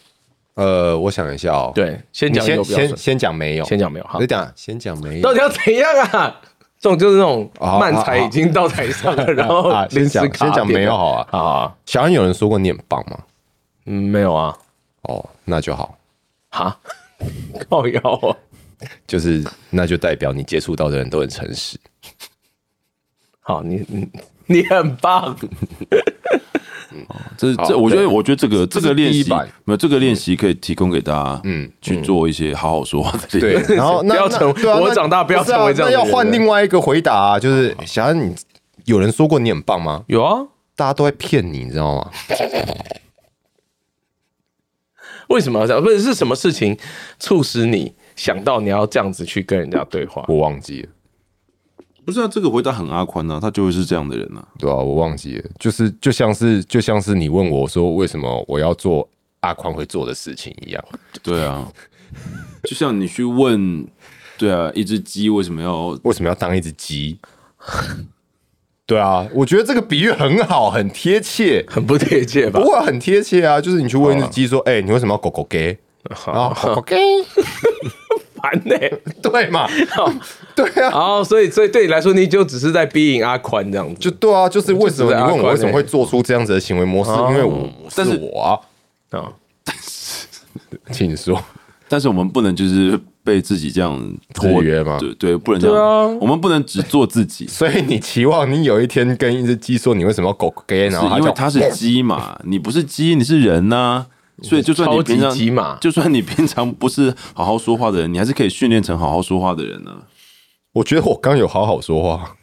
Speaker 1: 呃，我想一下哦，，
Speaker 3: 对，先
Speaker 1: 你
Speaker 3: 讲一
Speaker 1: 先
Speaker 3: 个比较顺
Speaker 1: 先。先讲没有，
Speaker 3: 先讲没有好
Speaker 1: 你讲先讲没
Speaker 3: 到
Speaker 1: 有
Speaker 3: 底要怎样啊？这种就是那种
Speaker 1: 哦
Speaker 3: 慢才
Speaker 1: 好好
Speaker 3: 已经到台上了，然后
Speaker 1: 啊，先
Speaker 3: 临时
Speaker 1: 讲
Speaker 3: 卡
Speaker 1: 先讲
Speaker 3: 点
Speaker 1: 没有好啊。
Speaker 3: 好啊，
Speaker 1: 小安有人说过你很棒吗？
Speaker 3: 嗯，没有啊，
Speaker 1: 哦，那就好，
Speaker 3: 哈， 靠腰啊，
Speaker 1: 就是那就代表你接触到的人都很诚实。
Speaker 3: 好，你你你很棒，
Speaker 2: 这
Speaker 1: 好
Speaker 2: 这，我觉得，
Speaker 1: 对
Speaker 2: 我觉得这个这
Speaker 1: 是
Speaker 2: 个练
Speaker 1: 第一
Speaker 2: 习
Speaker 1: 版嗯
Speaker 2: 没有这个练习可以提供给大家，嗯，去做一些好好说话的练习。
Speaker 1: 对，然后那
Speaker 3: 不要
Speaker 1: 那
Speaker 3: 成
Speaker 1: 对啊
Speaker 3: 我
Speaker 1: 那
Speaker 3: 长大不要
Speaker 1: 是啊
Speaker 3: 成为这样的
Speaker 1: 那要
Speaker 3: 人哦
Speaker 1: 换另外一个回答啊，就是小安，你有人说过你很棒吗？
Speaker 3: 有啊？
Speaker 1: 大家都在骗你，你知道吗？
Speaker 3: 为什么要这样？不是是什么事情促使你想到你要这样子去跟人家对话？
Speaker 1: 我忘记了，
Speaker 2: 不是啊，这个回答很阿宽啊，他就会是这样的人啊。
Speaker 1: 对啊，我忘记了，就是就像是就像是你问我说为什么我要做阿宽会做的事情一样，
Speaker 2: 对啊，就像你去问，对啊，一只鸡为什么要？
Speaker 1: 为什么要当一只 鸡？对啊，我觉得这个比喻很好，很贴切。
Speaker 3: 很不贴切吧
Speaker 1: 不？过很贴切啊，就是你去问一只鸡说：“哎、你为什么要狗狗 gay？” 然后狗狗 gay，
Speaker 3: 烦呢、
Speaker 1: 对嘛？ 对啊，
Speaker 3: 哦，所以所以对你来说，你就只是在逼引阿宽这样子
Speaker 1: 就对啊，就是为什么你问我为什么会做出这样子的行为模式？因为我
Speaker 2: 但是
Speaker 1: 欸哦是我啊，
Speaker 3: 啊、
Speaker 1: 请 说。
Speaker 2: 但是我们不能就是被自己这样
Speaker 1: 制
Speaker 2: 拖
Speaker 1: 约嘛
Speaker 2: 对对，不能这样。
Speaker 3: 对啊
Speaker 2: 我们不能只做自己，
Speaker 1: 所以你期望你有一天跟一只鸡说你为什么要狗狗 gay，然后
Speaker 2: 是
Speaker 1: 它
Speaker 2: 因为
Speaker 1: 叫
Speaker 2: 它是鸡嘛，你不是鸡，你是人呐、所以就算你
Speaker 3: 超级
Speaker 2: 平常
Speaker 3: 鸡嘛
Speaker 2: 就算你平常不是好好说话的人，你还是可以训练成好好说话的人啊呢、
Speaker 1: 我觉得我刚有好好说话，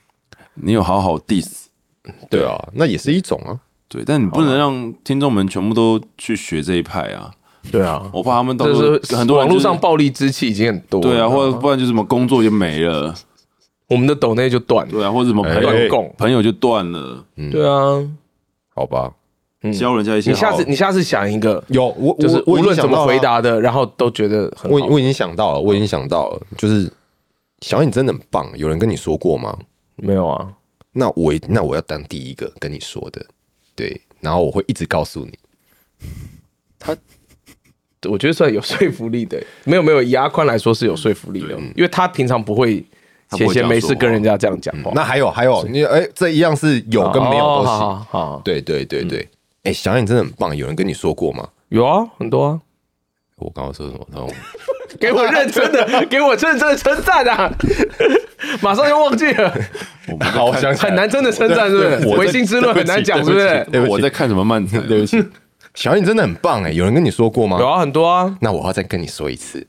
Speaker 2: 你有好好 diss，
Speaker 1: 对啊，那也是一种啊。
Speaker 2: 对，但你不能让听众们全部都去学这一派啊，
Speaker 3: 对啊，
Speaker 2: 我怕他们到时
Speaker 3: 就
Speaker 2: 候
Speaker 3: 是
Speaker 2: 很多人
Speaker 3: 网
Speaker 2: 就
Speaker 3: 络
Speaker 2: 是
Speaker 3: 上暴力之气已经很多了，
Speaker 2: 对啊，或者不然就什么工作就没了，
Speaker 3: 我们的抖内就断了，
Speaker 2: 对啊，或者什么朋友、
Speaker 1: 哎
Speaker 3: 供
Speaker 2: 朋友就断了，
Speaker 3: 对啊，
Speaker 1: 好吧，
Speaker 2: 教人家一些
Speaker 3: 你
Speaker 2: 好。
Speaker 3: 下次你下次想一个，
Speaker 1: 有我
Speaker 3: 就是
Speaker 1: 我
Speaker 3: 无
Speaker 1: 我已经
Speaker 3: 论怎
Speaker 1: 想到了嗯
Speaker 3: 么回，答的，然后都觉得很
Speaker 1: 我
Speaker 3: 好。
Speaker 1: 我已经想到了，我已经想到了，就是小野你真的很棒，有人跟你说过吗？
Speaker 3: 没有啊，
Speaker 1: 那我一那我要当第一个跟你说的，对，然后我会一直告诉你。
Speaker 3: 我觉得算有 说服力的。没有没有，以阿宽来说是有说服力的，
Speaker 1: 嗯
Speaker 3: 因为他平常不会
Speaker 2: 他不
Speaker 3: 闲
Speaker 2: 会这
Speaker 3: 闲
Speaker 2: 样
Speaker 3: 没
Speaker 2: 说
Speaker 3: 事
Speaker 2: 话
Speaker 3: 跟人家这样讲话。
Speaker 1: 嗯那还有还有，你哎、这一样是有跟没有
Speaker 3: 哦
Speaker 1: 都
Speaker 3: 好
Speaker 1: 行。嗯
Speaker 3: 好好，
Speaker 1: 对对对对，哎、小野你真的很棒，有人跟你说过吗？
Speaker 3: 有啊，很多啊。
Speaker 1: 我刚刚说什么？然后
Speaker 3: 给我认真的，给我认真的称赞啊！马上就忘记了，
Speaker 1: 好，我想起来
Speaker 3: 很难真的称赞，是不
Speaker 1: 对对
Speaker 3: 是？
Speaker 1: 我
Speaker 3: 唯心之论很难讲，是哎不是？
Speaker 1: 对不起
Speaker 2: 我在看什么漫才？
Speaker 1: 对不起，小燕真的很棒哎，有人跟你说过吗？
Speaker 3: 有啊，很多啊。
Speaker 1: 那我要再跟你说一次，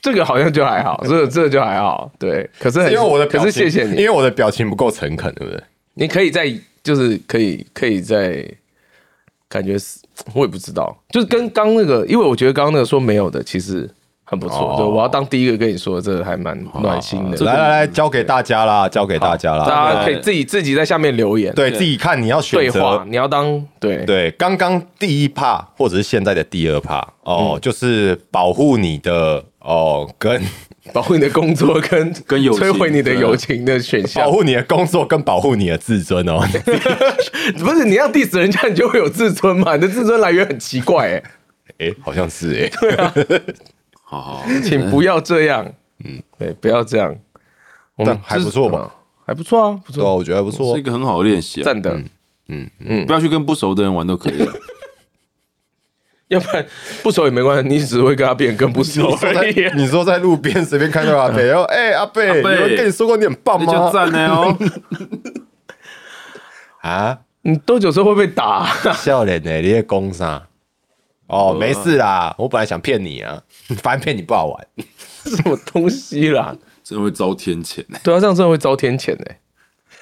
Speaker 3: 这个好像就还好，这个这个就还好，对。可是很
Speaker 1: 因为我的表
Speaker 3: 可
Speaker 1: 情，
Speaker 3: 是谢谢
Speaker 1: 因
Speaker 3: 你，
Speaker 1: 为我的表情不够诚恳，对不对？
Speaker 3: 你可以在就是可以可以在感觉是我也不知道，就是跟刚那个，因为我觉得刚刚那个说没有的其实很不错，
Speaker 1: 哦
Speaker 3: 对，我要当第一个跟你说，这个还蛮暖心的。
Speaker 1: 来来来，交给大家啦，交给大家啦，
Speaker 3: 大家可以自己自己在下面留言，
Speaker 1: 对自己看你要选
Speaker 3: 对话
Speaker 1: 择，。
Speaker 3: 你要当对
Speaker 1: 对，刚刚第一趴或者是现在的第二趴哦，就是保护你的哦，跟
Speaker 3: 保护你的工作 跟
Speaker 2: 跟友情
Speaker 3: 摧毁你的
Speaker 2: 对
Speaker 3: 友情的选项
Speaker 1: 保，护你的工作跟保护你的自尊 哦。
Speaker 3: 不是你要 diss 人家，你就会有自尊嘛？你的自尊来源很奇怪哎，
Speaker 1: 哎，好像是哎，
Speaker 2: 好好，
Speaker 1: 嗯
Speaker 3: 请不要这样，嗯，对，不要这样，我
Speaker 1: 但还不错吧？
Speaker 3: 嗯还不错啊，不
Speaker 1: 对啊，
Speaker 3: 错，
Speaker 1: 我觉得还不错
Speaker 2: 是一。个很好的练习啊。
Speaker 3: 赞的。
Speaker 2: 不要去跟不熟的人玩都可以了。啊
Speaker 3: 要不然不熟也没关系，你只会跟他变得更不 熟而已。啊
Speaker 1: 你说在路边随便看到阿北，然后哎阿北，有
Speaker 2: 阿伯
Speaker 1: 人跟你说过你很棒
Speaker 2: 那
Speaker 1: 吗
Speaker 2: 就？赞了哦。
Speaker 1: 啊，
Speaker 3: 你多久之后会被打、
Speaker 1: 笑脸呢？你在攻啥？哦，没啊 事啦，我本来想骗你啊，反正骗你不好玩。
Speaker 3: 这是什么东西啦？
Speaker 2: 真的会遭天谴欸
Speaker 3: 对啊，这样真的会遭天谴哎、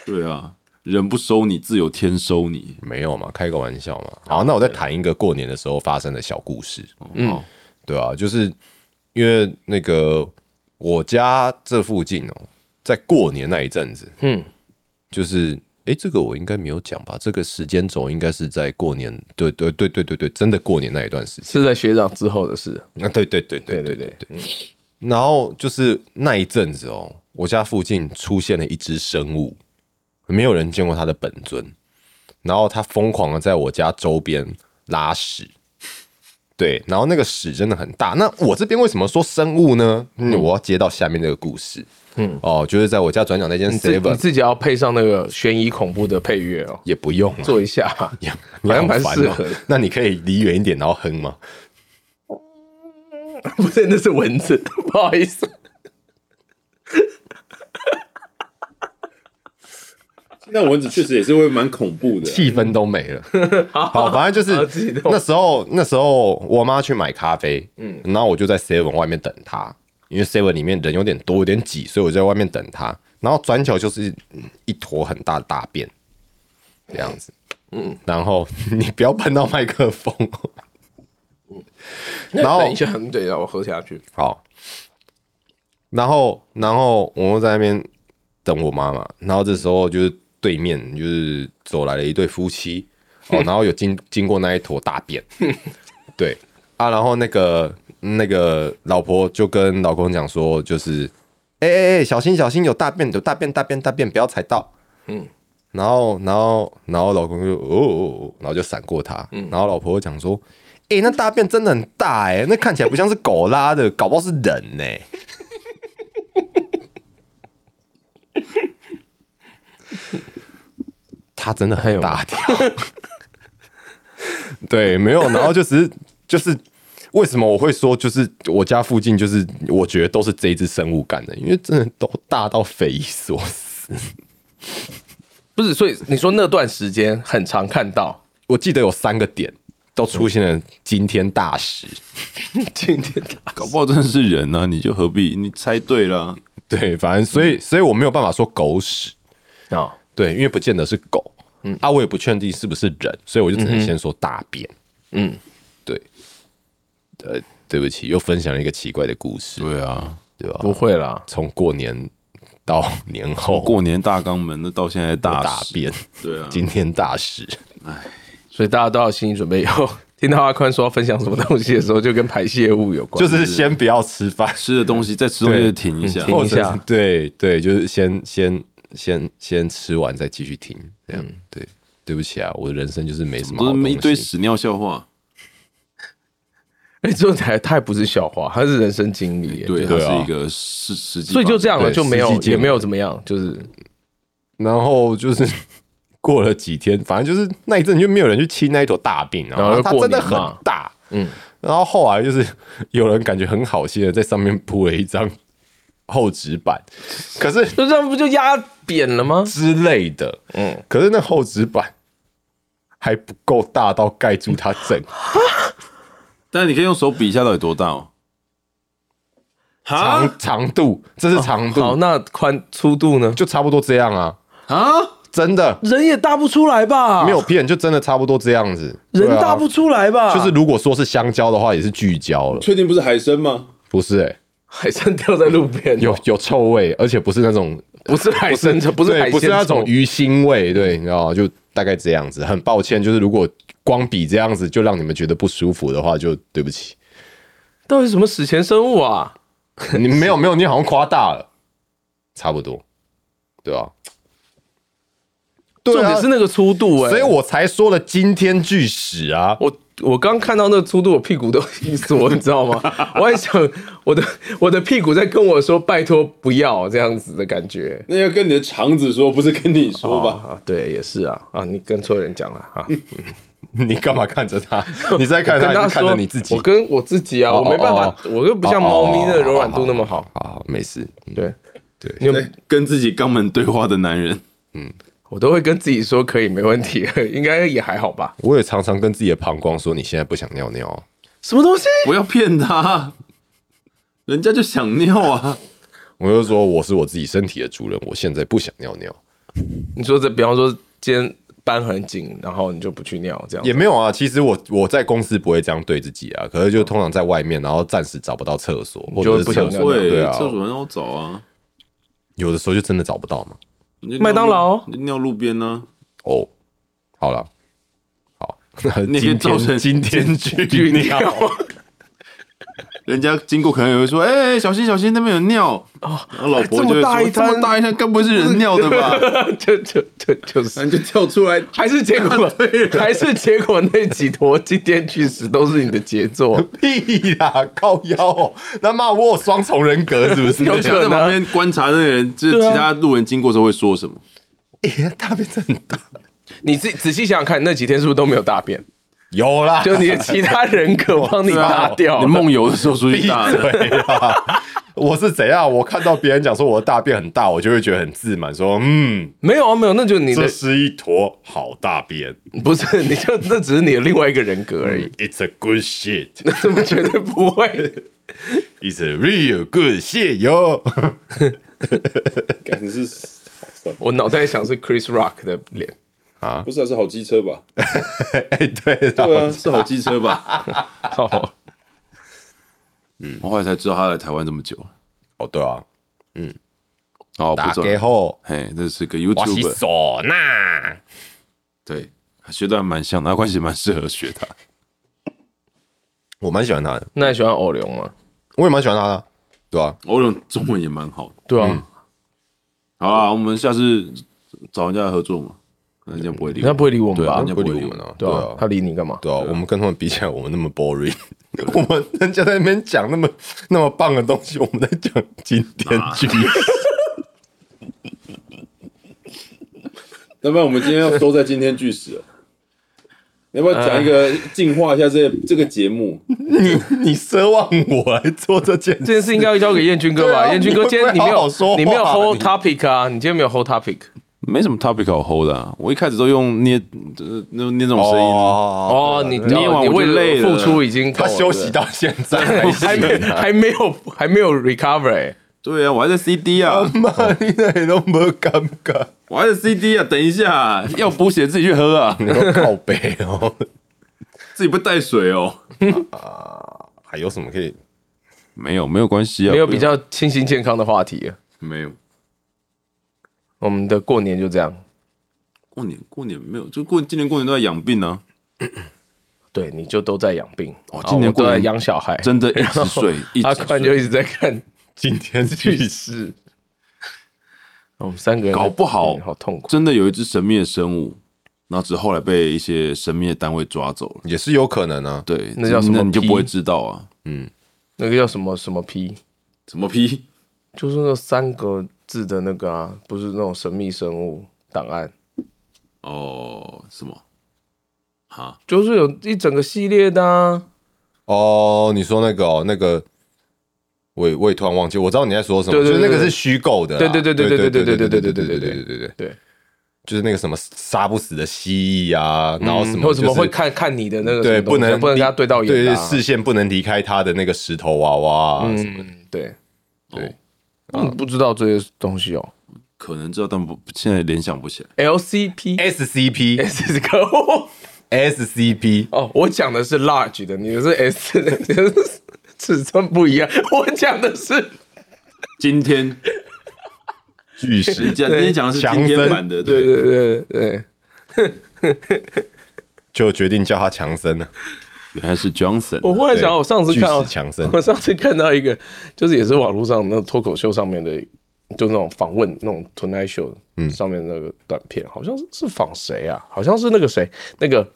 Speaker 2: 对啊，人不收你，自有天收你。
Speaker 1: 没有嘛，开个玩笑嘛。好，那我再谈一个过年的时候发生的小故事，
Speaker 2: 嗯，
Speaker 1: 对啊，就是因为那个我家这附近哦，在过年那一阵子，
Speaker 3: 嗯，
Speaker 1: 就是诶，这个我应该没有讲吧？这个时间轴应该是在过年，对对对对对对，真的过年那一段时间。
Speaker 3: 是在学长之后的事。
Speaker 1: 啊，对对对对
Speaker 3: 对
Speaker 1: 对嗯
Speaker 3: 对对，
Speaker 1: 然后就是那一阵子哦，我家附近出现了一只生物，没有人见过它的本尊，然后它疯狂的在我家周边拉屎。对，然后那个屎真的很大。那我这边为什么说生物呢？嗯，我要接到下面这个故事。嗯，哦，就是在我家转角那间
Speaker 3: 你自你
Speaker 1: seven
Speaker 3: 自己要配上那个悬疑恐怖的配乐哦，
Speaker 1: 也不用啊，
Speaker 3: 做一下。
Speaker 1: 也
Speaker 3: 好像蛮
Speaker 1: 你好烦
Speaker 3: 适
Speaker 1: 哦
Speaker 3: 合的
Speaker 1: 那你可以离远一点，然后哼吗？
Speaker 3: 不是，那是蚊子， 不好意思。
Speaker 2: 那蚊子确实也是会蛮恐怖的
Speaker 1: 气氛都没了。 好，反正就
Speaker 3: 好
Speaker 1: 是
Speaker 3: 自己弄
Speaker 1: 那时候，那时候我妈去买咖啡，嗯，然后我就在 Seven 外面等她，因为 Seven 里面人有点多，有点挤，所以我就在外面等她。然后转角就是嗯一坨很大的大便，这样子，嗯，然后你不要碰到麦克风，然后
Speaker 3: 等一下，你等一下，我喝下去。
Speaker 1: 好，然后然后我又在那边等我妈妈，然后这时候就是对面就是走来了一对夫妻，哦，然后有经经过那一坨大便，对啊，然后那个那个老婆就跟老公讲说，就是哎哎哎，小心小心，有大便有大便大便大便，不要踩到，嗯，然后然后然后老公就哦哦哦，然后就闪过他，然后老婆就讲说。哎、那大便真的很大哎、那看起来不像是狗拉的，搞不好是人呢、它真的很大条， 对，没有，然后就只是就是为什么我会说，就是我家附近就是我觉得都是这一只生物干的，因为真的都大到匪夷所思。
Speaker 3: 不是，所以你说那段时间很常看到，
Speaker 1: 我记得有三个点都出现了惊天大石，
Speaker 3: 今天
Speaker 2: 搞不好真的是人啊，你就何必？你猜对了啊，
Speaker 1: 对，反正所以所以我没有办法说狗屎，
Speaker 3: 啊，
Speaker 1: 对，因为不见得是狗，嗯，啊，我也不确定是不是人，所以我就只能先说大便，
Speaker 3: 嗯，
Speaker 1: 对，呃，对不起，又分享了一个奇怪的故事，
Speaker 2: 对啊，
Speaker 1: 对吧？
Speaker 3: 不会啦，
Speaker 1: 从过年到年后，
Speaker 2: 过年大肛门，那到现在哦大
Speaker 1: 大
Speaker 2: 屎，
Speaker 1: 便，
Speaker 2: 对啊，
Speaker 1: 今天大 屎，
Speaker 3: 所以大家都要心理准备。以后听到阿宽说要分享什么东西的时候，就跟排泄物有关，
Speaker 1: 就是先不要吃饭，
Speaker 2: 吃的东西再吃东西就停一下哦
Speaker 3: 嗯，停
Speaker 1: 或
Speaker 3: 一
Speaker 1: 者
Speaker 3: 下
Speaker 1: 是对对，就是先先先先吃完再继续听，这
Speaker 3: 嗯
Speaker 1: 样对。对不起啊，我的人生就是没什么好
Speaker 2: 不
Speaker 1: 东
Speaker 2: 是
Speaker 1: 西，
Speaker 2: 一堆屎尿笑话，
Speaker 3: 哎，这才太不是笑话，它是人生经历。
Speaker 2: 对，它
Speaker 1: 对啊
Speaker 2: 是一个实实际，
Speaker 3: 所以就这样了，
Speaker 1: 对
Speaker 3: 就没有
Speaker 1: 实际嗯见
Speaker 3: 也
Speaker 1: 闻
Speaker 3: 没有怎么样，就是
Speaker 1: 然后就是 过了几天，反正就是那一阵就没有人去清那一坨大病啊，
Speaker 3: 然后就
Speaker 1: 它
Speaker 3: 过
Speaker 1: 真
Speaker 3: 年
Speaker 1: 的
Speaker 3: 嘛
Speaker 1: 很大，嗯。然后后来就是有人感觉很好心的在上面铺了一张厚纸 板，可是
Speaker 3: 就这样不就压扁了吗？
Speaker 1: 之类的，嗯。可是那厚纸板还不够大到盖住它 整，
Speaker 2: 但你可以用手比一下到底多大哦。
Speaker 1: 长、
Speaker 2: 啊
Speaker 1: 长度，这是长度，
Speaker 3: 哦好，那宽粗度呢？
Speaker 1: 就差不多这样啊，
Speaker 2: 啊！
Speaker 1: 真的
Speaker 3: 人也大不出来吧？
Speaker 1: 没有骗，就真的差不多这样子。
Speaker 3: 人
Speaker 1: 对啊
Speaker 3: 大不出来吧？
Speaker 1: 就是如果说是香蕉的话，也是聚焦了，
Speaker 2: 确定不是海参吗？
Speaker 1: 不是哎、
Speaker 3: 海参掉在路边，
Speaker 1: 有有臭味，而且不是那种
Speaker 3: 不是海参臭，不是
Speaker 1: 对
Speaker 3: 海鲜
Speaker 1: 不是那种
Speaker 3: 臭
Speaker 1: 鱼腥味，对，你知道吗就大概这样子。很抱歉，就是如果光比这样子就让你们觉得不舒服的话，就对不起。
Speaker 3: 到底什么史前生物啊？
Speaker 1: 你没 有没有，你好像夸大了，差不多，对吧、对
Speaker 3: 重
Speaker 1: 啊
Speaker 3: 点是那个粗度哎、
Speaker 1: 所以我才说了惊天巨史啊！
Speaker 3: 我我刚看到那个粗度，我屁股都 硬缩，你知道吗？我还想我的我的屁股在跟我说拜托不要这样子的感觉。
Speaker 2: 那要跟你的肠子说，不是跟你说吧？
Speaker 3: 啊，对，也是啊，啊，你跟错人讲了啊，
Speaker 1: 你干嘛看着他？你在看
Speaker 3: 跟
Speaker 1: 他，
Speaker 3: 他
Speaker 1: 你看
Speaker 3: 说
Speaker 1: 着你自己
Speaker 3: 我。跟我自己啊，
Speaker 1: 哦
Speaker 3: 我没办法
Speaker 1: 哦，
Speaker 3: 我又不像猫咪的柔软度那么好。
Speaker 1: 啊，没事，
Speaker 3: 对，
Speaker 1: 对
Speaker 3: 你有
Speaker 2: 对，跟自己肛门对话的男人，
Speaker 3: 我都会跟自己说可以，没问题， 应该也还好吧。
Speaker 1: 我也常常跟自己的膀胱说，你现在不想尿尿啊。
Speaker 3: 什么东西？
Speaker 2: 不要骗他，人家就想尿啊。
Speaker 1: 我就说我是我自己身体的主人，我现在不想尿尿。
Speaker 3: 你说这，比方说今天班很紧，然后你就不去尿，这样
Speaker 1: 也没有啊，其实我我在公司不会这样对自己啊，可是就通常在外面，然后暂时找不到厕所，或者
Speaker 3: 就会
Speaker 1: 是
Speaker 3: 不想
Speaker 1: 厕
Speaker 3: 尿
Speaker 1: 所，
Speaker 3: 尿
Speaker 2: 会
Speaker 1: 对啊，
Speaker 2: 厕所很好找啊，
Speaker 1: 有的时候就真的找不到嘛。
Speaker 2: 你就尿
Speaker 3: 麦当劳
Speaker 2: 路你尿路边啊呢，
Speaker 1: 哦，好了，好，那
Speaker 2: 那些
Speaker 1: 今
Speaker 2: 造成
Speaker 1: 天今天去
Speaker 3: 去
Speaker 1: 尿，
Speaker 3: 尿。
Speaker 2: 人家经过可能也会说，哎、小心小心，那边有尿哦，然后老婆就会
Speaker 3: 这么大
Speaker 2: 说，
Speaker 3: 一
Speaker 2: 这
Speaker 3: 滩
Speaker 2: 么大一滩，该不会是人尿的吧？
Speaker 3: 就就就就是
Speaker 2: 然后
Speaker 1: 嗯
Speaker 2: 你就跳出来，
Speaker 3: 还是结 果，还是结果那几坨今天去死都是你的杰作，
Speaker 1: 屁啦，靠腰、哦，那骂我有双重人格是不是？
Speaker 3: 有可
Speaker 2: 在旁
Speaker 3: 能
Speaker 2: 边观啊察那个人，就是
Speaker 3: 对啊
Speaker 2: 其他路人经过的时候会说什么？
Speaker 1: 欸大便真的很大，
Speaker 3: 你自己仔细想想看，那几天是不是都没有大便？
Speaker 1: 有啦，
Speaker 3: 就你的其他人格帮你
Speaker 1: 啊
Speaker 3: 大掉
Speaker 2: 你
Speaker 3: 了，
Speaker 2: 梦游的时候出去
Speaker 1: 闭
Speaker 2: 大的，
Speaker 1: 嘴啦！啊我是怎样？我看到别人讲说我的大便很大，我就会觉得很自满，说嗯，
Speaker 3: 没有啊，没有，那就你的
Speaker 1: 这是一坨好大便
Speaker 3: 不是，你就那只是你的另外一个人格而已，
Speaker 1: ，It's a good shit。
Speaker 3: 那 怎么绝对不会？
Speaker 1: It's a real good shit 哟。
Speaker 5: 感觉是
Speaker 3: 我脑袋想是 Chris Rock 的脸，
Speaker 5: 不是、啊、是好机车吧？
Speaker 1: 哎，对
Speaker 5: 对
Speaker 1: 的，
Speaker 5: 啊，是好机车吧？
Speaker 3: 哦，
Speaker 2: 我后来才知道他来台湾这么久。
Speaker 1: 哦对啊，
Speaker 2: 哦，不
Speaker 1: 打
Speaker 2: 错，
Speaker 1: 给后，
Speaker 2: 嘿，这是个
Speaker 1: 我是
Speaker 2: YouTube，
Speaker 1: 唢呐。
Speaker 2: 对，学的还蛮像的，他关系蛮适合学他。
Speaker 1: 我蛮喜欢他的，
Speaker 3: 那你喜欢偶龙吗？
Speaker 1: 我也蛮喜欢他的，对啊，
Speaker 2: 欧龙中文也蛮好的。
Speaker 3: 对啊，
Speaker 1: 嗯
Speaker 2: 好啦，我们下次找人家合作嘛，人家不会理
Speaker 3: 人家
Speaker 2: 我。
Speaker 3: 不会理我们吧
Speaker 2: 人？家
Speaker 1: 不
Speaker 2: 不
Speaker 1: 理
Speaker 2: 理
Speaker 1: 我
Speaker 2: 我
Speaker 1: 们
Speaker 2: 们
Speaker 1: 啊，对
Speaker 3: 对啊
Speaker 1: 啊，，
Speaker 3: 他理你干嘛？
Speaker 1: 对啊，我们跟他们比起来，我们那么 boring，我 们人家在那边讲那么那么棒的东西，我们在讲经典剧。
Speaker 5: 要不然我们今天要收在今天巨石了。你要不要讲一个
Speaker 2: 呃
Speaker 5: 净化一下这这个节目？
Speaker 1: 你奢望我来做这件
Speaker 3: 这
Speaker 1: 事，
Speaker 3: 件事应该要交给彦君哥
Speaker 1: 对啊
Speaker 3: 吧？彦君哥
Speaker 1: 你
Speaker 3: 今天你没
Speaker 1: 不要好好
Speaker 3: 有
Speaker 1: 说话
Speaker 3: 你没有
Speaker 1: 啊
Speaker 3: hold
Speaker 1: 你
Speaker 3: topic 啊，你今天没有 hold topic
Speaker 2: 没什么 topic 好 hold 的啊、我一开始都用捏，呃，那那种声音。
Speaker 1: 哦啊
Speaker 3: 哦，你
Speaker 2: 对捏完
Speaker 3: 你
Speaker 2: 我就
Speaker 3: 为了
Speaker 2: 累了
Speaker 3: 付出已经够
Speaker 1: 他
Speaker 3: 了
Speaker 1: 休息到现在
Speaker 3: 我
Speaker 1: 还
Speaker 3: 还没
Speaker 1: 行啊
Speaker 3: 还没有还没有 recover 哎，
Speaker 2: 对啊，我还在 CD
Speaker 5: 哦
Speaker 2: 啊，
Speaker 1: 妈，你那里都没尴尬，
Speaker 2: 我还在 CD 啊，等一下啊，要补血自己去喝啊，
Speaker 1: 你说靠背哦，
Speaker 2: 自己不带水哦。
Speaker 1: 还有什么可以？
Speaker 2: 没有，没有关系啊，
Speaker 3: 没有比较清新健康的话题了。
Speaker 2: 不用没有。
Speaker 3: 我们的过年就这样，
Speaker 2: 过年过年没有，就过今年过年都在养病啊，
Speaker 3: 对，你就都在养病，
Speaker 2: 哦
Speaker 3: 然后
Speaker 2: 今年
Speaker 3: 我都
Speaker 2: 过
Speaker 3: 在
Speaker 2: 年
Speaker 3: 养小孩，
Speaker 2: 真 的一直睡，一
Speaker 3: 阿
Speaker 2: 直
Speaker 3: 宽就
Speaker 2: 睡。
Speaker 3: 一直在看
Speaker 1: 今天去
Speaker 3: 去世。哦我们三个人
Speaker 2: 搞不好
Speaker 3: 嗯好痛苦，
Speaker 2: 真的有一只神秘的生物，然后只是后来被一些神秘的单位抓走了。
Speaker 1: 也是有可能啊。
Speaker 2: 对，
Speaker 3: 那叫什么
Speaker 2: 那你就
Speaker 3: P？
Speaker 2: 不会知道啊？
Speaker 3: 那个叫什么什么 P，
Speaker 2: 什么 P？
Speaker 3: 就是那三个字的那个啊，不是那种神秘生物档案，
Speaker 2: 哦，什么？哈，
Speaker 3: 就是有一整个系列的啊。
Speaker 1: 哦，你说那个哦，那个，我也我也突然忘记，我知道你在说什么，
Speaker 3: 对对
Speaker 1: 就
Speaker 3: 对
Speaker 1: 是那个
Speaker 3: 对
Speaker 1: 是虚构的啦，
Speaker 3: 对对对对
Speaker 1: 对
Speaker 3: 对
Speaker 1: 对
Speaker 3: 对
Speaker 1: 对对对
Speaker 3: 对对对
Speaker 1: 对对
Speaker 3: 对
Speaker 1: 对
Speaker 3: 对对
Speaker 1: 对对对，
Speaker 3: 对，
Speaker 1: 就是那个什么杀不死的蜥蜴啊，然后什
Speaker 3: 嗯
Speaker 1: 么
Speaker 3: 为什么
Speaker 1: 就是
Speaker 3: 会看看你的那个什
Speaker 1: 对
Speaker 3: 么东
Speaker 1: 不
Speaker 3: 西啊？
Speaker 1: 能
Speaker 3: 不能跟他对到眼
Speaker 1: 对
Speaker 3: 的
Speaker 1: 对
Speaker 3: 啊？
Speaker 1: 视线不能离开他的那个石头娃娃啊，
Speaker 3: 嗯，对
Speaker 2: 哦
Speaker 1: 对。
Speaker 3: 我不知道这些东西哦
Speaker 2: 可能知道，但不现在联想不起来。
Speaker 3: ，LCP
Speaker 1: SCP
Speaker 3: S 是个
Speaker 1: SCP
Speaker 3: 哦，我讲的是 large 的，你的是 S，的 你的是尺寸不一样。我讲的是
Speaker 2: 今天
Speaker 1: 巨
Speaker 2: 你
Speaker 1: 石
Speaker 2: 讲，今天讲的是
Speaker 1: 强
Speaker 2: 今天
Speaker 1: 森
Speaker 2: 版的，
Speaker 3: 对
Speaker 2: 对，
Speaker 3: 对对对，
Speaker 1: 就决定叫他强森了，
Speaker 2: 原来是 Johnson。
Speaker 3: 我忽然想，到，我上次
Speaker 1: 巨
Speaker 3: 看到
Speaker 1: 石强森
Speaker 3: 我上次看到一个，就是也是网络上那脱口秀上面的，就那种访问那种 Tonight Show
Speaker 1: 嗯
Speaker 3: 上面那个短片，好像是是仿谁啊？好像是那个谁，那个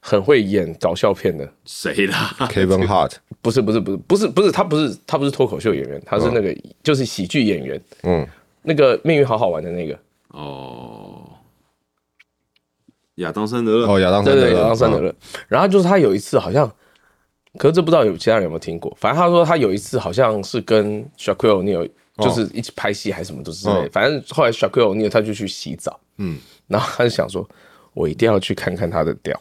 Speaker 3: 很会演搞笑片的，
Speaker 2: 谁啦？
Speaker 1: Kevin Hart，
Speaker 3: 不是不是不是不是不是他不是他不是脱口秀演员，他是那个、就是喜剧演员，
Speaker 1: 哦嗯，
Speaker 3: 那个命运好好玩的那个，
Speaker 2: 哦，亚当·桑德勒，
Speaker 1: 哦，亚当·
Speaker 3: 对
Speaker 1: 桑德
Speaker 3: 对，
Speaker 1: 勒，
Speaker 3: 亚当·桑德
Speaker 1: 嗯
Speaker 3: 勒。然后就是他有一次好像，可是这不知道有其他人有没有听过。反正他说他有一次好像是跟 Shaquille O'Neal 就是一起拍戏还是什么都之类的。
Speaker 1: 嗯
Speaker 3: 反正后来 Shaquille O'Neal 他就去洗澡，哦嗯，然后他就想说，我一定要去看看他的屌。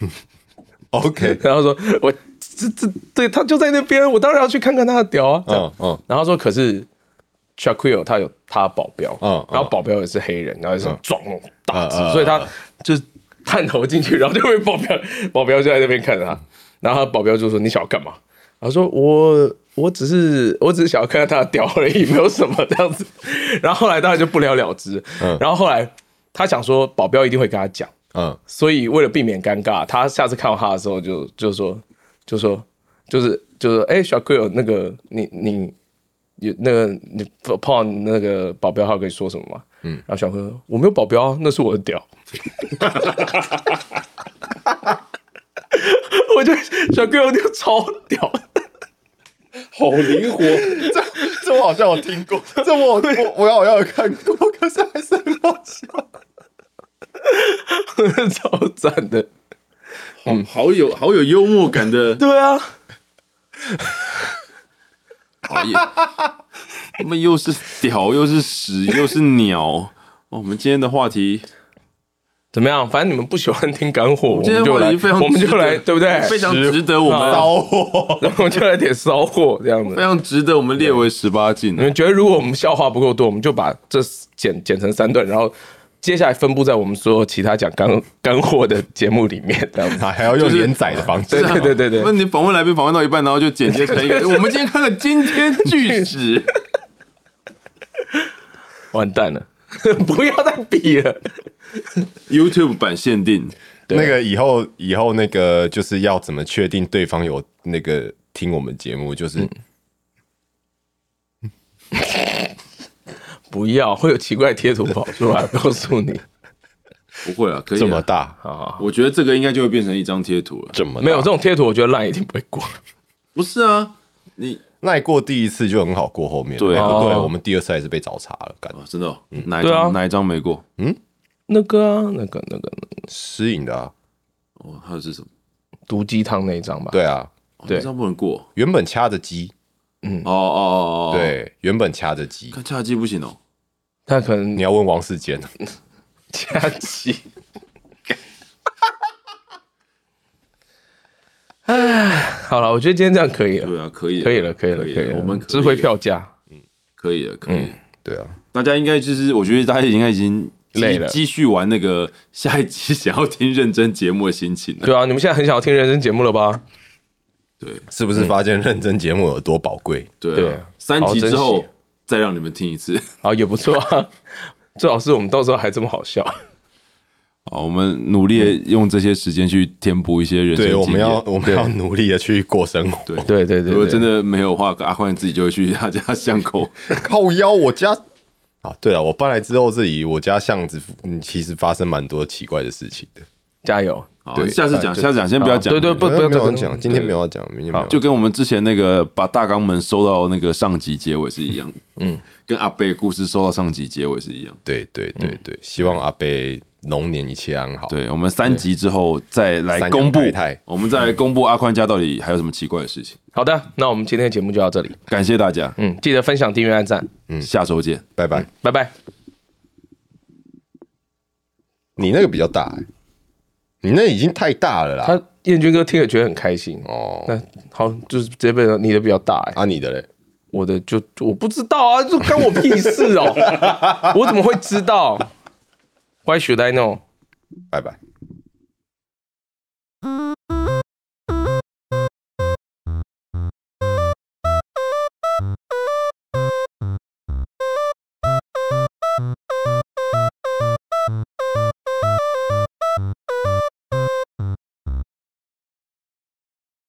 Speaker 1: OK，
Speaker 3: 然后说，我这这对他就在那边，我当然要去看看他的屌啊。这样
Speaker 1: 嗯嗯，
Speaker 3: 然后说，可是 Shaquille 他有他的保镖，
Speaker 1: 嗯
Speaker 3: 然后保镖也是黑人，然后就是壮那种大只
Speaker 1: 嗯嗯，嗯
Speaker 3: 所以他就是探头进去，然后就被保镖保镖就在那边看着他，然后他保镖就说：“你想要干嘛？”然后说：“我我只是我只是想要看看他的屌而已，没有什么这样子。”然后后来当然就不了了之。然后后来他想说保镖一定会跟他讲，
Speaker 1: 嗯，
Speaker 3: 所以为了避免尴尬，他下次看到他的时候就就说就说就是就是哎、小 q u i 那个你你有那个你碰到那个保镖，他有跟你说什么吗？嗯，然后小 q u i 说我没有保镖啊，那是我的屌。 我觉得小 q u i 就超屌，
Speaker 5: 好灵活，
Speaker 1: 这这我好像有听过， 这我我我好像有看过，可是还是很好笑。
Speaker 3: 超赞的。
Speaker 2: 哦
Speaker 5: 好好有好有幽默感的，
Speaker 3: 对啊，
Speaker 2: 讨厌，哎他们又是屌，又是屎，又是鸟。哦，我们今天的话题，
Speaker 3: 怎么样？反正你们不喜欢听干货，我
Speaker 2: 今
Speaker 3: 们
Speaker 2: 天的
Speaker 3: 就
Speaker 2: 话
Speaker 3: 来
Speaker 2: 题非常，值得，
Speaker 3: 我们就来，对不对？
Speaker 2: 非常值得我们，
Speaker 1: 骚货，
Speaker 3: 我们就来点骚货这样子
Speaker 2: 非。常值得我们列为十八禁
Speaker 3: 你。们觉得如果我们笑话不够多，我们就把这剪剪成三段，然后接下来分布在我们所有其他讲干干货的节目里面，这样 子。
Speaker 1: 还还要用连载的方式
Speaker 3: 对，对对对对
Speaker 2: 问啊你访问来宾访问到一半，然后就剪接成一个，我们今天看了今天巨史，
Speaker 3: 完蛋了， 不要再比了。
Speaker 2: YouTube 版限定，
Speaker 1: 那个以后以后那个就是要怎么确定对方有那个听我们节目，就是
Speaker 3: 不要，会有奇怪的贴图跑出来，告诉你，
Speaker 2: 不会啊，可以啊
Speaker 1: 这么大，
Speaker 2: 我觉得这个应该就会变成一张贴图了。
Speaker 1: 这么
Speaker 3: 没有这
Speaker 1: 这
Speaker 3: 种贴图，我觉得烂一定不会过。
Speaker 2: 不是啊，你
Speaker 1: 耐过第一次就很好过后面，
Speaker 2: 对
Speaker 1: 哎不对，
Speaker 3: 哦
Speaker 1: 我们第二次还是被找茬了，感觉
Speaker 2: 哦真的哦哪一
Speaker 3: 对啊
Speaker 2: 张哪一张没过？
Speaker 3: 那个啊，那个那个那个
Speaker 1: 失影的啊，
Speaker 2: 哦，还有是什么？
Speaker 3: 毒鸡汤那一张吧，
Speaker 1: 对啊，
Speaker 2: 哦
Speaker 3: 对嗯
Speaker 2: 那张不能过。
Speaker 1: 原本掐着鸡，
Speaker 2: 哦哦哦哦，哦，
Speaker 1: 对，原本掐着鸡，
Speaker 2: 看恰机不行哦。
Speaker 3: 他可能
Speaker 1: 你要问王世坚，
Speaker 3: 假期。 哎，好了，我觉得今天这样可以了。
Speaker 2: 对啊，可以，
Speaker 3: 可以了，可以了，可
Speaker 2: 可以
Speaker 3: 以
Speaker 2: 了
Speaker 3: 了。
Speaker 2: 我们可以
Speaker 3: 只回票嗯价，
Speaker 2: 可以了，可以了。
Speaker 1: 对啊，
Speaker 2: 大家应该就是，我觉得大家应该已经积
Speaker 3: 累了
Speaker 2: 积蓄完那个下一集想要听认真节目的心情了。
Speaker 3: 对啊，你们现在很想要听人生节目了吧？
Speaker 2: 对
Speaker 1: 是不是发现认真节目有多宝贵？
Speaker 2: 对
Speaker 3: 对
Speaker 2: 啊，三集之
Speaker 3: 好好
Speaker 2: 后
Speaker 3: 珍惜
Speaker 2: 再让你们听一次。
Speaker 3: 啊，也不错啊， 最好是我们到时候还这么好笑。
Speaker 2: 好，我们努力地用这些时间去填补一些人生
Speaker 1: 对，我们
Speaker 2: 经验
Speaker 1: 要 我们要努力的去过生活。
Speaker 2: 对
Speaker 3: 对对对
Speaker 2: 如果真
Speaker 3: 的
Speaker 2: 的没有的话，阿宽自己就会去他家巷口。
Speaker 1: 靠腰，我家啊，对啊，我搬来之后这里我家巷子，嗯，其实发生蛮多奇怪的事情的。
Speaker 3: 加油，
Speaker 2: 好，
Speaker 1: 对
Speaker 2: 下次讲，下次讲，先不要讲。
Speaker 3: 对对不
Speaker 1: 没有
Speaker 3: 不要
Speaker 1: 没有
Speaker 3: 这
Speaker 1: 人
Speaker 3: 个
Speaker 1: 讲，今天没有要讲，明天没有要讲。
Speaker 2: 就跟我们之前那个把大纲门收到那个上集结尾是一样，嗯，跟阿贝的故事收到上集结尾是一样。
Speaker 1: 对对对
Speaker 3: 嗯
Speaker 1: 对，希望阿贝龙年一切安好。
Speaker 2: 对，我们三集之后再来
Speaker 1: 三
Speaker 2: 公布
Speaker 1: 羊太太，
Speaker 2: 我们再来公布阿宽家到底还有什么奇怪的事情。
Speaker 3: 好的，那我们今天的节目就到这里。
Speaker 2: 感谢大家，
Speaker 3: 嗯，记得分享、订阅、按赞，
Speaker 2: 下周见。
Speaker 1: 拜拜。
Speaker 3: 拜拜。
Speaker 1: 你那个比较大欸，你那已经太大
Speaker 2: 啊
Speaker 1: 了啦。
Speaker 3: 他燕军哥听了觉得很开心
Speaker 1: 哦，
Speaker 3: 哦。那好，就是直接被你的比较大哎、
Speaker 1: 啊，你的嘞？
Speaker 3: 我的就我不知道啊，这关我屁事哦，我怎么会知道？Why should I know？
Speaker 1: 拜拜。